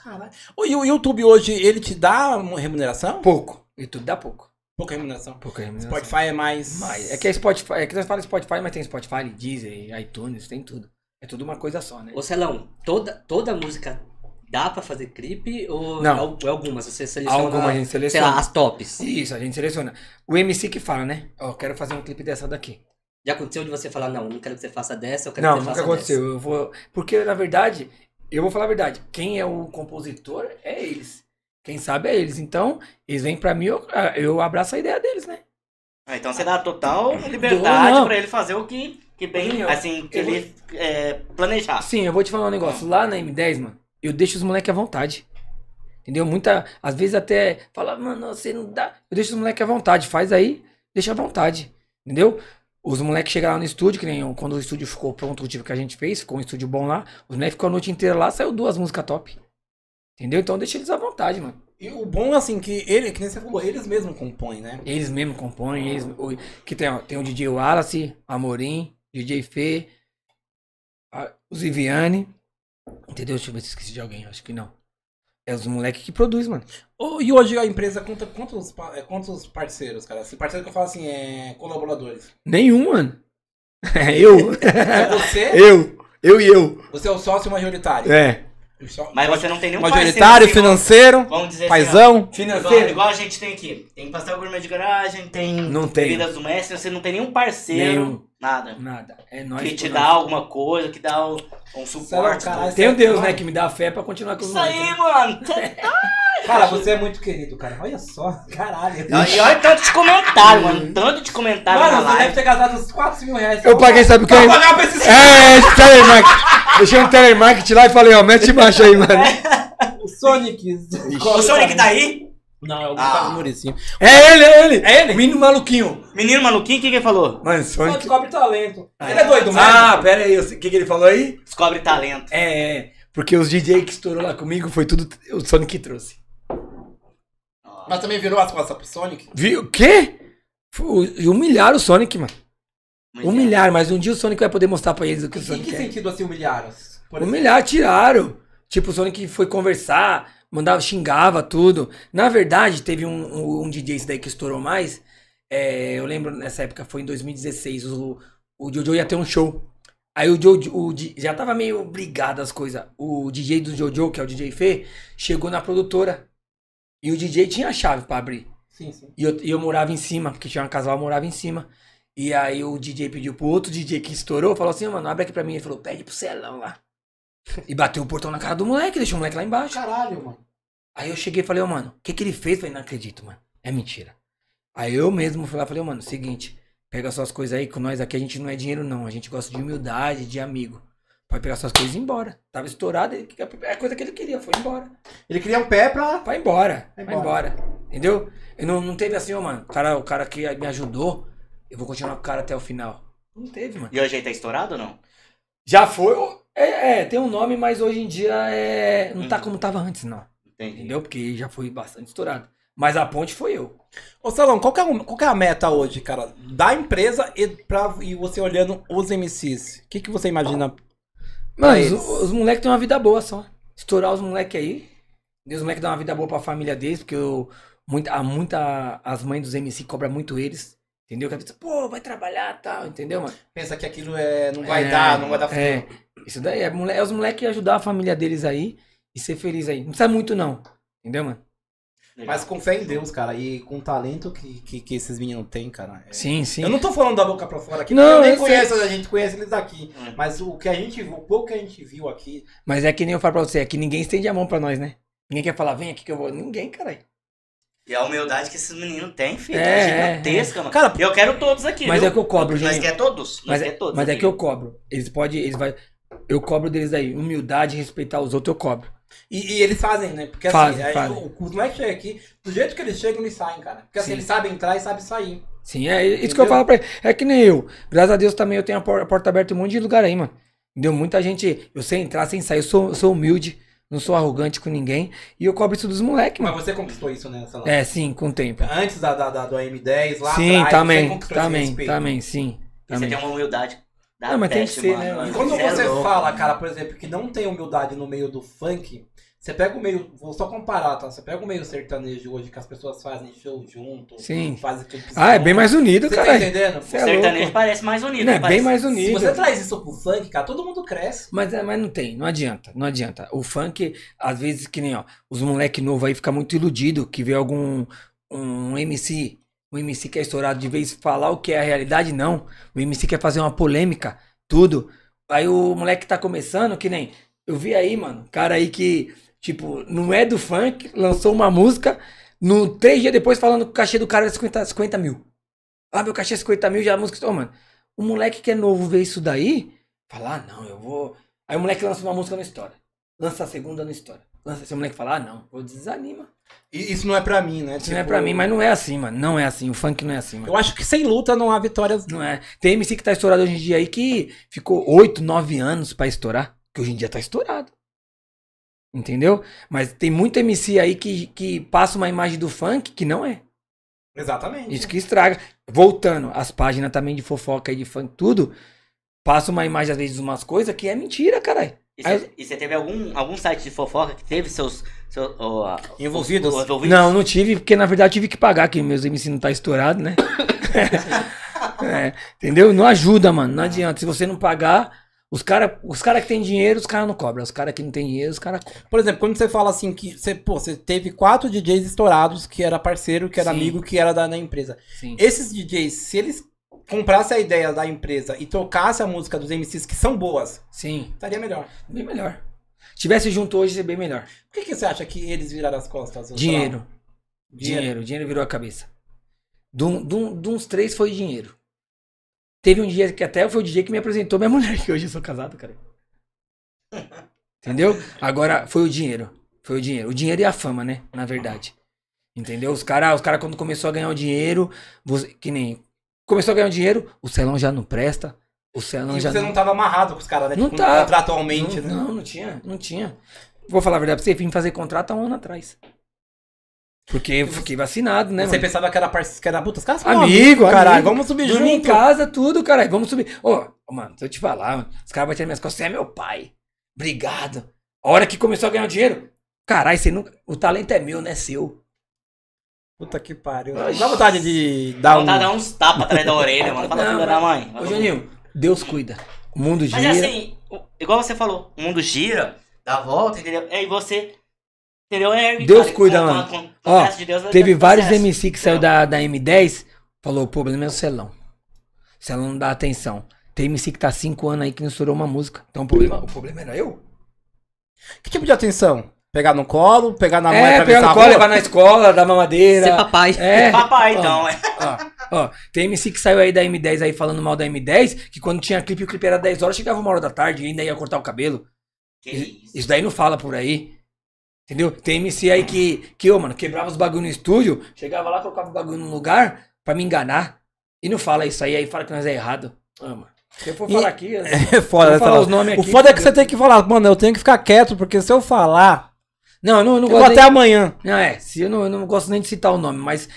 Caralho. Ô, E o YouTube hoje, ele te dá uma remuneração? Pouco. E tudo dá pouco. Pouca remuneração. Pouco é Spotify é mais... Mas é que é Spotify, é que nós falamos Spotify, mas tem Spotify, Deezer, iTunes, tem tudo. É tudo uma coisa só, né? Ô Celão, toda, toda música dá pra fazer clipe ou é Não. al- algumas? Você seleciona, Alguma a gente sei seleciona. lá, as tops. Isso, a gente seleciona. O MC que fala, né? Ó, eu quero fazer um clipe dessa daqui. Já aconteceu de você falar, não, não quero que você faça dessa, eu quero Não, que você nunca faça aconteceu. Eu vou. Porque, na verdade, eu vou falar a verdade. Quem é o compositor é eles. Quem sabe é eles. Então, eles vêm pra mim, eu, eu abraço a ideia deles, né? Ah, então você dá total liberdade Dou, não. pra ele fazer o que, que bem, Eu- assim, que eu- ele é, planejar. Sim, eu vou te falar um negócio. Lá na M10, mano, eu deixo os moleques à vontade. Entendeu? Muita. Às vezes até fala, mano, você não dá. Eu deixo os moleques à vontade. Faz aí, deixa à vontade. Entendeu? Os moleques chegaram lá no estúdio, que nem eu, quando o estúdio ficou pronto, o tipo que a gente fez, ficou um estúdio bom lá. Os moleques ficou a noite inteira lá, saiu duas músicas top. Entendeu? Então deixa eles à vontade, mano. E o bom, assim, que ele, que nem você falou, eles mesmos compõem, né? Eles mesmo compõem, eles. o- que tem, ó, tem o DJ Wallace, Amorim, DJ Fê, a- o Ziviane. Entendeu? Deixa eu ver se eu esqueci de alguém, acho que não. É os moleques que produz, mano. Ô, E hoje a empresa conta quantos, pa- é, quantos parceiros, cara? Assim, parceiro que eu falo assim, é (laughs) colaboradores. Nenhum, mano. (laughs) É, eu. É você, Eu, eu e eu. você é o sócio majoritário. É. O só- Mas você não tem nenhum majoritário, parceiro, assim, financeiro, vamos dizer assim, paizão. ó, igual, igual a gente tem aqui. Tem pastel gourmet de garagem, tem Não tem. bebidas do mestre, você não tem nenhum parceiro, Nenhum. nada. Nada. É nóis. Que por te nós. dá alguma coisa, que dá um, um suporte. Caralho, tudo. você Tem é o Deus, né? nóis. Que me dá fé pra continuar é com os né? Isso aí, mano. moleques. Cê- (laughs) Cara, você é muito querido, cara. Olha só, caralho. E olha o tanto de comentário, mano. Tanto de comentário Mano, na você deve live. ter gastado uns 4 mil reais. Eu paguei, sabe o que? Pra pagar pra esses É, esse telemarketing. Deixei um telemarketing lá e falei, ó, mete baixo aí, mano. Sonic. O Sonic tá aí? Não, é o Gustavo Muricinho. É ele, é ele. É ele? Menino maluquinho. Menino maluquinho, o que que ele falou? Mano, Só Sonic. descobre talento. Ele é doido, mano. Ah, pera aí, eu sei- o que, que ele falou aí? Descobre talento. É, é. Porque os DJ que estourou lá comigo foi tudo o Sonic que trouxe. Mas também virou as costas pro Sonic. Viu? O quê? Fu- Humilharam o Sonic, mano. Mas é. Humilharam, mas um dia o Sonic vai poder mostrar pra eles o que o Em Sonic que é. sentido assim humilharam? Por exemplo? Humilhar, tiraram. Tipo, o Sonic foi conversar, mandava, xingava tudo. Na verdade, teve um, um, um DJ esse daí que estourou mais. É, eu lembro nessa época, foi em 2016. O, o Jojo ia ter um show. Aí o Jojo o Di- já tava meio brigado as coisas. O DJ do Jojo, que é o DJ Fê, chegou na produtora. E o DJ tinha a chave pra abrir. Sim, sim. E eu, e eu morava em cima, porque tinha uma casa lá, eu morava em cima. E aí o DJ pediu pro outro DJ que estourou, falou assim, mano, abre aqui pra mim. Ele falou, pede pro Celão lá. E bateu o portão na cara do moleque, deixou o moleque lá embaixo. Caralho, mano. Aí eu cheguei e falei, ô, mano, o que que ele fez? Eu falei, não acredito, mano. É mentira. Aí eu mesmo fui lá e falei, ô, mano, seguinte, pega suas coisas aí, com nós aqui a gente não é dinheiro não, a gente gosta de humildade, de amigo. Pode pegar suas coisas e ir embora. Tava estourado, ele- a coisa que ele queria, foi embora. Ele queria um pé pra. Vai embora, Vai vai embora. Entendeu? E não, não teve assim, ô mano, o cara, o cara que me ajudou, eu vou continuar com o cara até o final. Não teve, mano. E hoje ele tá estourado ou não? Já foi. ô, É, é, tem um nome, mas hoje em dia é. Não tá como tava antes, não. Entendi. Entendeu? Porque já foi bastante estourado. Mas a ponte foi eu. Ô, Salão, qual que, é, o- qual que é a meta hoje, cara? Da empresa e, pra, e você olhando os MCs. O que, que você imagina Mano, Mas- os, os moleques têm uma vida boa só. Estourar os moleques aí. Deus, os moleques dão uma vida boa pra família deles, porque eu, muita, a- muita, as mães dos MC cobram muito eles. Entendeu? Que a pessoa, pô, vai trabalhar e tal, entendeu, mano? Pensa que aquilo é, não vai É, dar, não vai dar É. Isso daí é, mole- é os moleques ajudar a família deles aí e ser feliz aí. Não precisa muito, não. Entendeu, mano? Mas com fé em Deus, cara, e com o talento que, que, que esses meninos têm, cara. é- Sim, sim. Eu não tô falando da boca pra fora aqui, Não, porque eu nem eu sei. conheço, a gente conhece eles daqui. Hum. Mas o que a gente viu, o pouco que a gente viu aqui, Mas é que nem eu falo pra você, é que ninguém estende a mão pra nós, né? Ninguém quer falar, vem aqui que eu vou. Ninguém, caralho. E a humildade que esses meninos têm, filho, É, é, é, gigantesca, mano. Cara, eu quero todos aqui, Mas viu? é que eu cobro, Nós gente. quer todos, nós Mas, quer é, todos. mas é aqui. que eu cobro. Eles podem, eles vai. Eu cobro deles aí. Humildade, respeitar os outros, eu cobro. e, e eles fazem, né? Porque Fazem, assim, fazem. Aí, o- os moleques chegam aqui, do jeito que eles chegam, eles saem, cara. Porque assim, Sim. eles sabem entrar e sabem sair. Sim, é isso que eu Entendeu? falo pra eles. É que nem eu. Graças a Deus também eu tenho a por- a porta aberta em um monte de lugar aí, mano. Deu muita gente. Eu sei entrar, sem sair. Eu sou, eu sou humilde, não sou arrogante com ninguém. E eu cobro isso dos moleques, Mas mano. você conquistou isso, né? Sei lá. É, sim, com o tempo. Antes da, da, da- do AM10, lá sim, atrás, você também. conquistou esse Também, respeito. é também, sim. E Você Também. tem um uma humildade. Da Ah, mas tem que peste, ser, mano. né, mano? E quando Cê é você louco. fala, cara, por exemplo, que não tem humildade no meio do funk, você pega o meio, vou só comparar, tá? Você pega o meio sertanejo hoje, que as pessoas fazem show junto, Sim. fazem clipe Ah, é bem mais unido, Você tá cara. entendendo? Cê O é sertanejo louco. parece mais unido. Não, é bem parece. mais Se unido. você traz isso pro funk, cara, todo mundo cresce. Mas, é, mas não tem, não adianta, não adianta. O funk, às vezes, que nem, ó, os moleque novo aí fica muito iludido que vê algum um MC, um MC que é estourado de vez falar o que é a realidade, não. O MC quer fazer uma polêmica, tudo. Aí o moleque tá começando, que nem, eu vi aí, mano, cara aí que, tipo, não é do funk, lançou uma música, no três dias depois falando que o cachê do cara era 50, 50 mil. Ah, meu cachê é 50 mil, já a música... Ô, mano, o moleque que é novo vê isso daí, fala, ah, não, eu vou... Aí o moleque lança uma música no história. Lança a segunda no história. Lança esse moleque fala, ah, não, eu desanima. E isso não é pra mim, né? Isso não é pra mim, mas não é assim, mano. Não é assim. O funk não é assim, mano. Eu acho que sem luta não há vitórias. Não é. Tem MC que tá estourado hoje em dia aí que ficou 8, 9 anos pra estourar. Que hoje em dia tá estourado. Entendeu? Mas tem muito MC aí que, que passa uma imagem do funk que não é. Exatamente. Isso que estraga. Voltando, as páginas também de fofoca e de funk, tudo. Passa uma imagem, às vezes, de umas coisas que é mentira, caralho. Aí- E você teve algum, algum site de fofoca que teve seus. seus ó, ó, Envolvidos. os ouvintes? Não, não tive, porque na verdade eu tive que pagar, que meus MC não tá estourado, né? É, entendeu? Não ajuda, mano. Não adianta. Se você não pagar, os caras os cara que tem dinheiro, os caras não cobram. Os caras que não tem dinheiro, os caras cobram. Por exemplo, quando você fala assim que você, pô, você teve quatro DJs estourados que era parceiro, que era Sim. amigo, que era da, da empresa. Sim. Esses DJs, se eles comprassem a ideia da empresa e tocassem a música dos MCs que são boas, Sim. estaria melhor. Bem melhor. Se tivesse junto hoje, seria bem melhor. Por que, que você acha que eles viraram as costas? Eu Dinheiro. falo, Dinheiro. Dinheiro. Dinheiro virou a cabeça. De um- de um- de uns três foi dinheiro. Teve um dia que até foi o DJ que me apresentou minha (laughs) mulher, que hoje eu sou casado, cara. Entendeu? Agora foi o dinheiro. Foi o dinheiro. O dinheiro e a fama, né? Na verdade. Entendeu? Os caras, os cara, quando começou a ganhar o dinheiro, você- que nem. Começou a ganhar o dinheiro, o celão já não presta. O celão E já você não tava amarrado com os caras, né? Não Tipo, tá. Contratualmente, não, né? Não, não tinha, não tinha. Vou falar a verdade pra você, vim fazer contrato há um ano atrás. Porque eu fiquei vacinado, né, você mano? pensava que era parceiro, que era puta, os caras são Amigo, amigo. caralho, vamos subir Dormi em junto. casa, tudo, caralho. Vamos subir. Ô, ô, mano, se eu te falar, mano, os caras bateram nas minhas costas, você é meu pai. Obrigado. A hora que começou a ganhar o dinheiro, caralho, você nunca. O talento é meu, não é seu. Puta que pariu. Dá vontade de dar um... Vontade de dar uns tapas atrás da orelha, mano. Fala, Não, filha da mãe. Ô, Juninho, Deus cuida. O mundo Mas gira. é assim, o- igual você falou, o mundo gira, dá volta, entendeu? E aí você. Entendeu? Ergue, Deus cara, cuida, com- mano. com- com- com Ó, o resto de Deus, vai Teve dar vários sucesso. MC que saiu da, da M10, falou, pô, pelo menos o celão. O celão não dá atenção. Tem MC que tá há 5 anos aí que não estourou uma música. Então o problema, o problema era eu? Que tipo de atenção? Pegar no colo, pegar na mão e é, atravessar pegar no a tá colo, rua? levar na escola, dar Ser tá mamadeira. papai. É, Papai, Ó. então, é. ó, ó, tem MC que saiu aí da M10 aí falando mal da M10, que quando tinha clipe, o clipe era 10 horas, chegava uma hora da tarde e ainda ia cortar o cabelo. Que Isso isso. isso daí não fala por aí. Entendeu? Tem MC aí que, que ô, mano, quebrava os bagulho no estúdio, chegava lá, colocava o bagulho no lugar pra me enganar. E não fala isso aí, aí fala que nós é errado. Ah, mano. Se eu for E- falar aqui, (laughs) eu- É foda, Vou falar né, Salão? os nomes O aqui, foda é que entendeu? você tem que falar, mano, eu tenho que ficar quieto, porque se eu falar, Não, eu não, eu não eu vou gosto. até Nem... amanhã. Não, é, se eu, não, eu não gosto nem de citar o nome, mas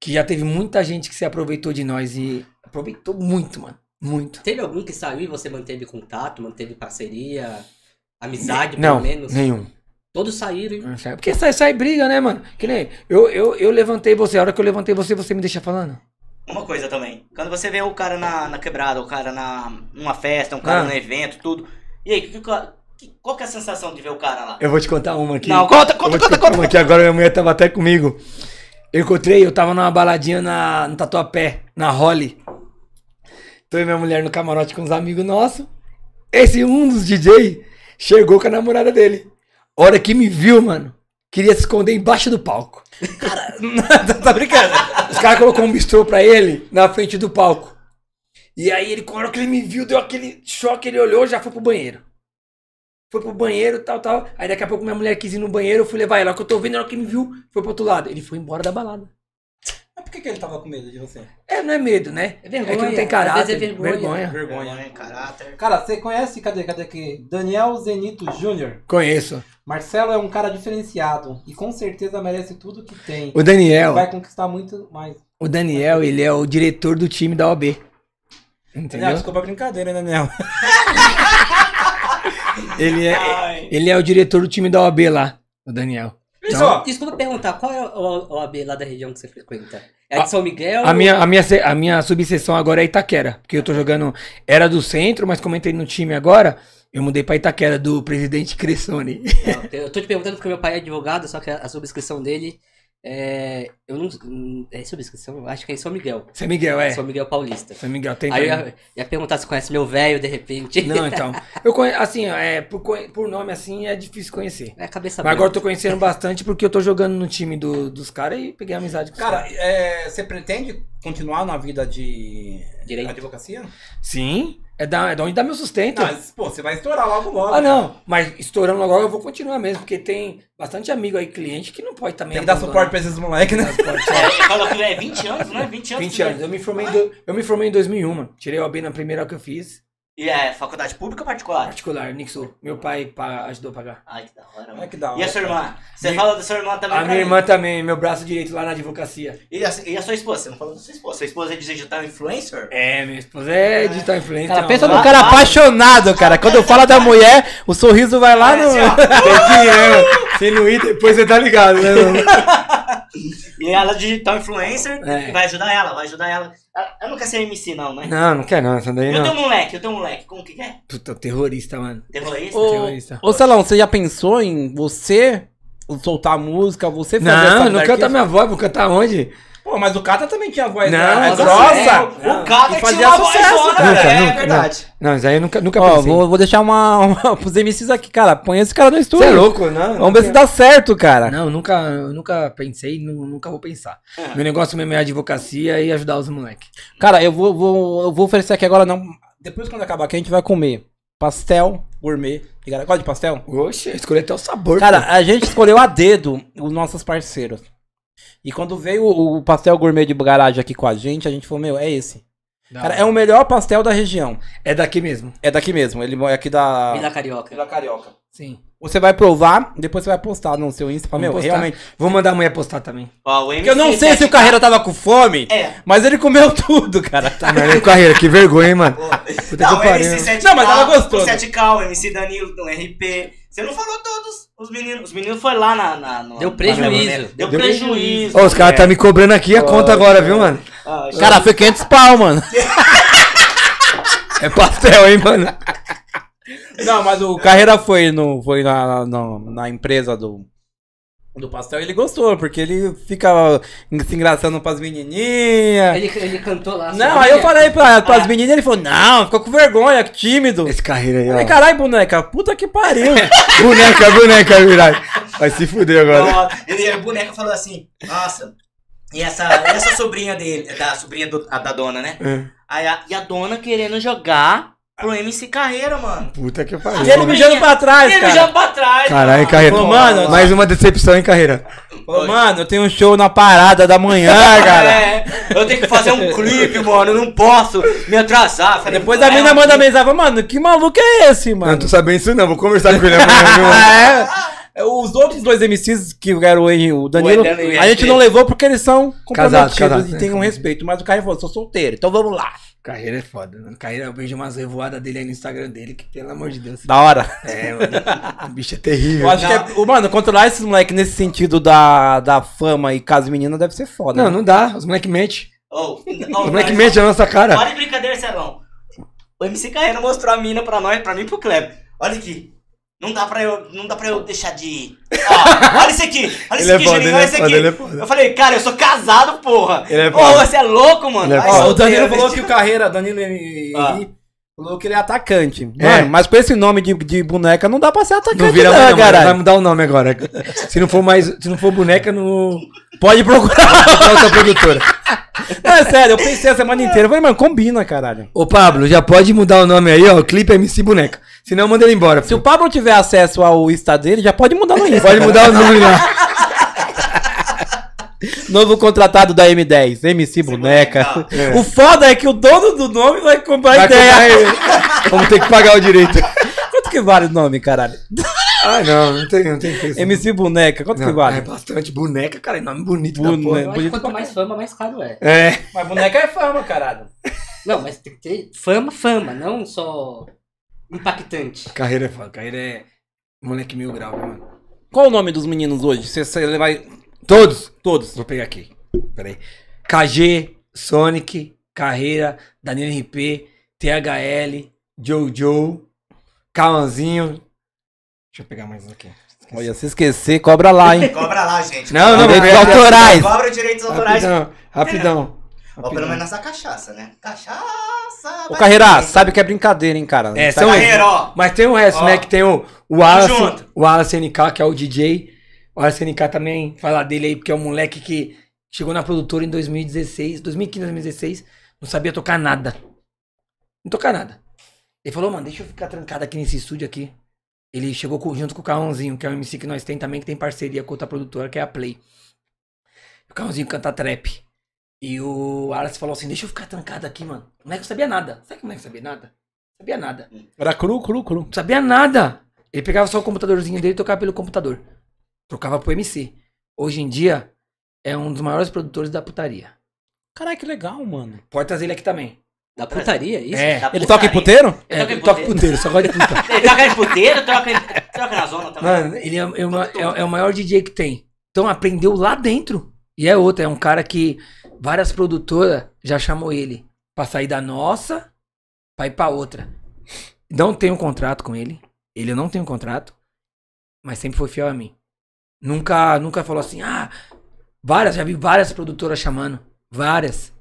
que já teve muita gente que se aproveitou de nós e aproveitou muito, mano. Muito. Teve algum que saiu e você manteve contato, manteve parceria, amizade, Não, pelo menos? nenhum. Todos saíram, hein? Não sai- Porque sai, sai briga, né, mano? Que nem eu, eu, eu levantei você, a hora que eu levantei você, você me deixa falando. Uma coisa também. Quando você vê o cara na, na quebrada, o cara na numa festa, um cara Ah. no evento, tudo. E aí, que- que- qual que é a sensação de ver o cara lá? Eu vou te contar uma aqui. Não, conta, conta, eu vou te conta, contar conta. uma aqui agora, minha mulher tava até comigo. Eu encontrei, eu tava numa baladinha na, no Tatuapé, na Holly. Tô eu e minha mulher no camarote com uns amigos nossos. Esse um dos DJ chegou com a namorada dele. Hora que me viu, mano, queria se esconder embaixo do palco. (laughs) Tá- tá brincando? Os caras colocou um bistrô pra ele na frente do palco. E aí ele, quando ele me viu, deu aquele choque, ele olhou já foi pro banheiro. Foi pro banheiro, tal, tal. Aí daqui a pouco minha mulher quis ir no banheiro, eu fui levar ela. O que eu tô vendo, na hora que ele me viu, foi pro outro lado. Ele foi embora da balada. Mas por que, que ele tava com medo de você? É, não é medo, né? É vergonha, É que não tem às caráter. vezes é vergonha. Vergonha. caráter. Cara, você conhece, cadê, cadê aqui? Daniel Zenito Jr. Conheço. Marcelo é um cara diferenciado e com certeza merece tudo que tem. O Daniel, Vai conquistar muito mais. o Daniel, ele é o diretor do time da OB. Daniel, Entendeu? desculpa a brincadeira, né, Daniel? Ele é, ele é o diretor do time da OAB lá, o Daniel. Pessoal, Desculpa perguntar, qual é a OAB lá da região que você frequenta? É a de São Miguel? A minha, a, minha, se- a minha subseção agora é Itaquera, porque eu tô jogando. Era do centro, mas como eu entrei no time agora, eu mudei pra Itaquera do presidente (laughs) Cressoni. Não, Eu tô te perguntando porque meu pai é advogado, só que a a subscrição dele é. Eu não. É subscrição? Eu Acho que é em São Miguel. São Miguel, é. São Miguel Paulista. São Miguel tem. Aí eu também. ia, ia perguntar se conhece meu velho de (laughs) (laughs) repente. Não, então. Eu conhe... assim, ó, é, por, conhe- por nome assim é difícil conhecer. (laughs) É a Tá cabeça Mas agora eu branca. tô conhecendo bastante porque eu tô jogando no time do- dos caras e peguei amizade com os (laughs) cara, é, você pretende continuar na vida de Direito. advocacia? Sim, é da, é da onde dá meu sustento. Não, mas, pô, você vai estourar logo logo. Ah, não, mas estourando agora eu vou continuar mesmo, porque tem bastante amigo aí, cliente, que não pode também. Tem que dar suporte abandonar. pra esses moleques, né? Dar suporte, só. É, ele falou que é 20 anos, né? 20 anos. 20 anos. Eu me formei em, do- eu me formei em 2001, mano. Tirei o AB na primeira que eu fiz. E é faculdade pública ou particular? Particular, Nixon. Meu pai pa- ajudou a pagar. Ai, que da hora, Olha mano. que da hora. E a sua irmã? Você Minha- fala da sua irmã também A pra minha mim. irmã também, meu braço direito lá na advocacia. E a, e a sua esposa? Você não falou da sua esposa. Sua esposa é digital influencer? É, minha esposa é digital influencer. Cara, uma pensa mala. num cara apaixonado, cara. Quando eu falo da mulher, o sorriso vai lá Parece, (laughs) no. ó. Tem que ir, né? Se não ir, depois você tá ligado, né? mano? E ela é digital influencer É. e vai ajudar ela, vai ajudar ela. Ela- Ela não quer ser MC não, né? Não, não quer não, essa daí Eu tenho não. um moleque, eu tenho um moleque. Como que é? Puta, terrorista, mano. Terrorista? Terrorista. (laughs) Ô, Salão, você já pensou em você soltar a música, você fazer essa Não, não anarquia? canta minha voz, vou cantar onde? Pô, mas o Cata também tinha voz Não, né? mas grossa. É, o cara E que fazia tinha uma voz sucesso, foda, nunca, cara. É nunca, verdade. Não, isso aí É, eu nunca, nunca Ó, pensei. vou, vou deixar uma, (laughs) uma pros MCs aqui, cara. Põe esse cara no Você estúdio. é louco, não? Vamos ver se dá certo, cara. Não, nunca, eu nunca pensei, nu- nunca vou pensar. Meu negócio mesmo é advocacia e ajudar os moleques. Cara, eu vou, vou- eu vou oferecer aqui agora, não. Depois, quando acabar aqui, a gente vai comer pastel gourmet. E, Cara, gosta de pastel? Oxe, escolhi até o sabor. Cara, a gente escolheu a dedo os nossos parceiros. E quando veio o, o pastel gourmet de garagem aqui com a gente, a gente falou, meu, é esse. Cara, é o melhor pastel da região. um- é daqui mesmo. É daqui mesmo, ele é aqui da... Vila Carioca. Carioca. Sim. Você vai provar, depois você vai postar no seu Insta. Fala, meu, Vamos postar. realmente. é Vou mandar a mulher postar também. Ó, o Porque eu não MC sei se o Carreira tava com fome, É. mas ele comeu (laughs) tudo, cara. carreira, que vergonha, hein, mano. Pô. Puta Não, o que pariu. MC 7K, Não, mas ela gostou. tá, O 7K, o MC Danilo, o RP. Você não falou todos os meninos. Os meninos foi lá na. na- no- Deu prejuízo. Deu, Deu prejuízo. Ó, os caras tá me cobrando aqui a conta agora, viu, mano? Ah, Cara, foi 500 pau, mano. É pastel, hein, mano? Não, mas o Carreira foi, no, foi na, na- na- na empresa do, do pastel e ele gostou, porque ele fica se engraçando pras menininhas. Ele, ele cantou lá. Não, só. aí eu falei pra, pras meninas, ele falou, não, ficou com vergonha, que tímido. Esse carreira aí, Eu falei, ó. caralho, boneca, puta (laughs) que pariu. boneca, é boneca, virado. Vai se fuder agora. Ó, ele, a boneca falou assim: Nossa. E essa, e essa sobrinha dele, da sobrinha do- a da dona, né? É. Aí a- e a dona querendo jogar pro MC Carreira, mano. Puta que e pariu. ele mijando pra E trás, ele cara. já pra trás. Caralho, hein, carreira. Ô, mano, Mais uma decepção, hein, carreira. Falou, mano, eu tenho um show na parada da manhã, cara. É, eu tenho que fazer um clipe, mano. Eu não posso me atrasar. Falei, Depois a mina "Não, manda mensagem, mano, que maluco é esse, Mano, não mano? tô sabendo isso não. Vou conversar com ele amanhã, viu, (laughs) mano? É, os outros dois MCs, que eram o, Henry- o Danilo, O Eterno e o a gente RP. não levou porque eles são Casados, comprometidos casados, e né? tem um respeito. Mas o cara falou, sou solteiro, então vamos lá. Carreira é foda, mano. Carreira, eu vejo umas revoadas dele aí no Instagram dele, que pelo amor de Deus. Da hora. (laughs) É, mano. O bicho é terrível. Eu acho que é, o- mano, controlar esses moleques nesse sentido da, da fama e caso menina deve ser foda. né? Não, não dá. Os moleque mente. Oh, Os é moleque mente na nossa cara. Olha de brincadeira, Celão. O MC Carreira mostrou a mina pra nós, pra mim e pro Kleber. Olha aqui. Não dá pra eu, não dá pra eu deixar de. Ó, olha isso aqui. Olha isso Ele é aqui, foda, ele é Juninho. Olha isso foda, aqui. ele é foda. Eu falei, cara, eu sou casado, porra. Ele é Ô, foda. você é louco, mano. Ele é Ai, foda. Ó, o solteiro, Danilo falou vestido- que o Carreira, Danilo ele, Ah. ele falou que ele é atacante. Mano, É. mas com esse nome de, de boneca não dá pra ser atacante, Não vira não, mais, não, mano. Vai caralho. mudar o nome agora. (laughs) Se não for mais. Se não for boneca, no. Pode procurar. Outra produtora. Não, é sério, eu pensei a semana inteira. Eu falei, mano, combina, caralho. Ô, Pablo, já pode mudar o nome aí, ó. O clipe é MC Boneca. Senão manda ele embora. Se o filho. Pablo tiver acesso ao Insta dele, já pode mudar no Insta. Pode (laughs) mudar o nome né? lá. Novo contratado da M10, MC Boneca. (laughs) O foda é que o dono do nome vai comprar Vai ideia. comprar ele. Vamos ter que pagar o direito. Quanto que vale o nome, caralho? Ah, não, não tem, não tem que isso. MC Boneca, quanto Não, que vale? É bastante boneca, cara. é Nome bonito Bone- da Eu porra. acho que quanto mais fama, mais caro é. É. Mas boneca é fama, caralho. Não, mas tem que ter fama, fama, não só impactante. Carreira é foda. Carreira é. Moleque mil grau, viu, mano. Qual o nome dos meninos hoje? Você- Você vai. Todos. Todos. Vou pegar aqui. Peraí. KG, Sonic, Carreira, Danilo RP, THL, Jojo, Cauãzinho. Deixa eu pegar mais um aqui. Olha, se esquecer, cobra lá, hein? Cobra lá, gente. (laughs) Não, não, Direitos não, não. autorais. Cobra os direitos autorais. Rapidão, rapidão. Ó, pelo menos essa cachaça, né? Cachaça. Ô, vai Carreira, ter. sabe que é brincadeira, hein, cara? É, Tá- são Carreira, ó. Mas tem o resto, Ó, né? Que tem o, o Wallace, junto. o Wallace NK, que é o DJ. O Wallace NK também, falar dele aí, porque é um moleque que chegou na produtora em 2016, 2015, 2016, não sabia tocar nada. Não tocar nada. Ele falou, mano, deixa eu ficar trancado aqui nesse estúdio aqui. Ele chegou com- junto com o Carrãozinho, que é um MC que nós tem também, que tem parceria com outra produtora, que é a Play. O Carrãozinho canta trap. E o Wallace falou assim, deixa eu ficar trancado aqui, mano. O moleque não sabia nada. Sabe que o moleque não sabia nada? Não sabia nada Era cru, cru, cru. não sabia nada. Ele pegava só o computadorzinho dele e tocava pelo computador. Trocava pro MC. Hoje em dia, é um dos maiores produtores da putaria. Caralho, que legal, mano. Pode trazer ele aqui também. Da putaria, isso? É. Tá Ele toca em putaria. puteiro? É, toca em toca em puteiro. puteiro, só gosta de puta. Ele toca em puteiro, troca, em- troca na zona também. Mano, ele é, é uma- é- é o maior DJ que tem. Então aprendeu lá dentro. E é outro, é um cara que várias produtoras já chamou ele pra sair da nossa, pra ir pra outra. Não tenho contrato com ele. Ele não tem um contrato, mas sempre foi fiel a mim. Nunca, nunca falou assim, ah, várias, já vi várias produtoras chamando. Várias.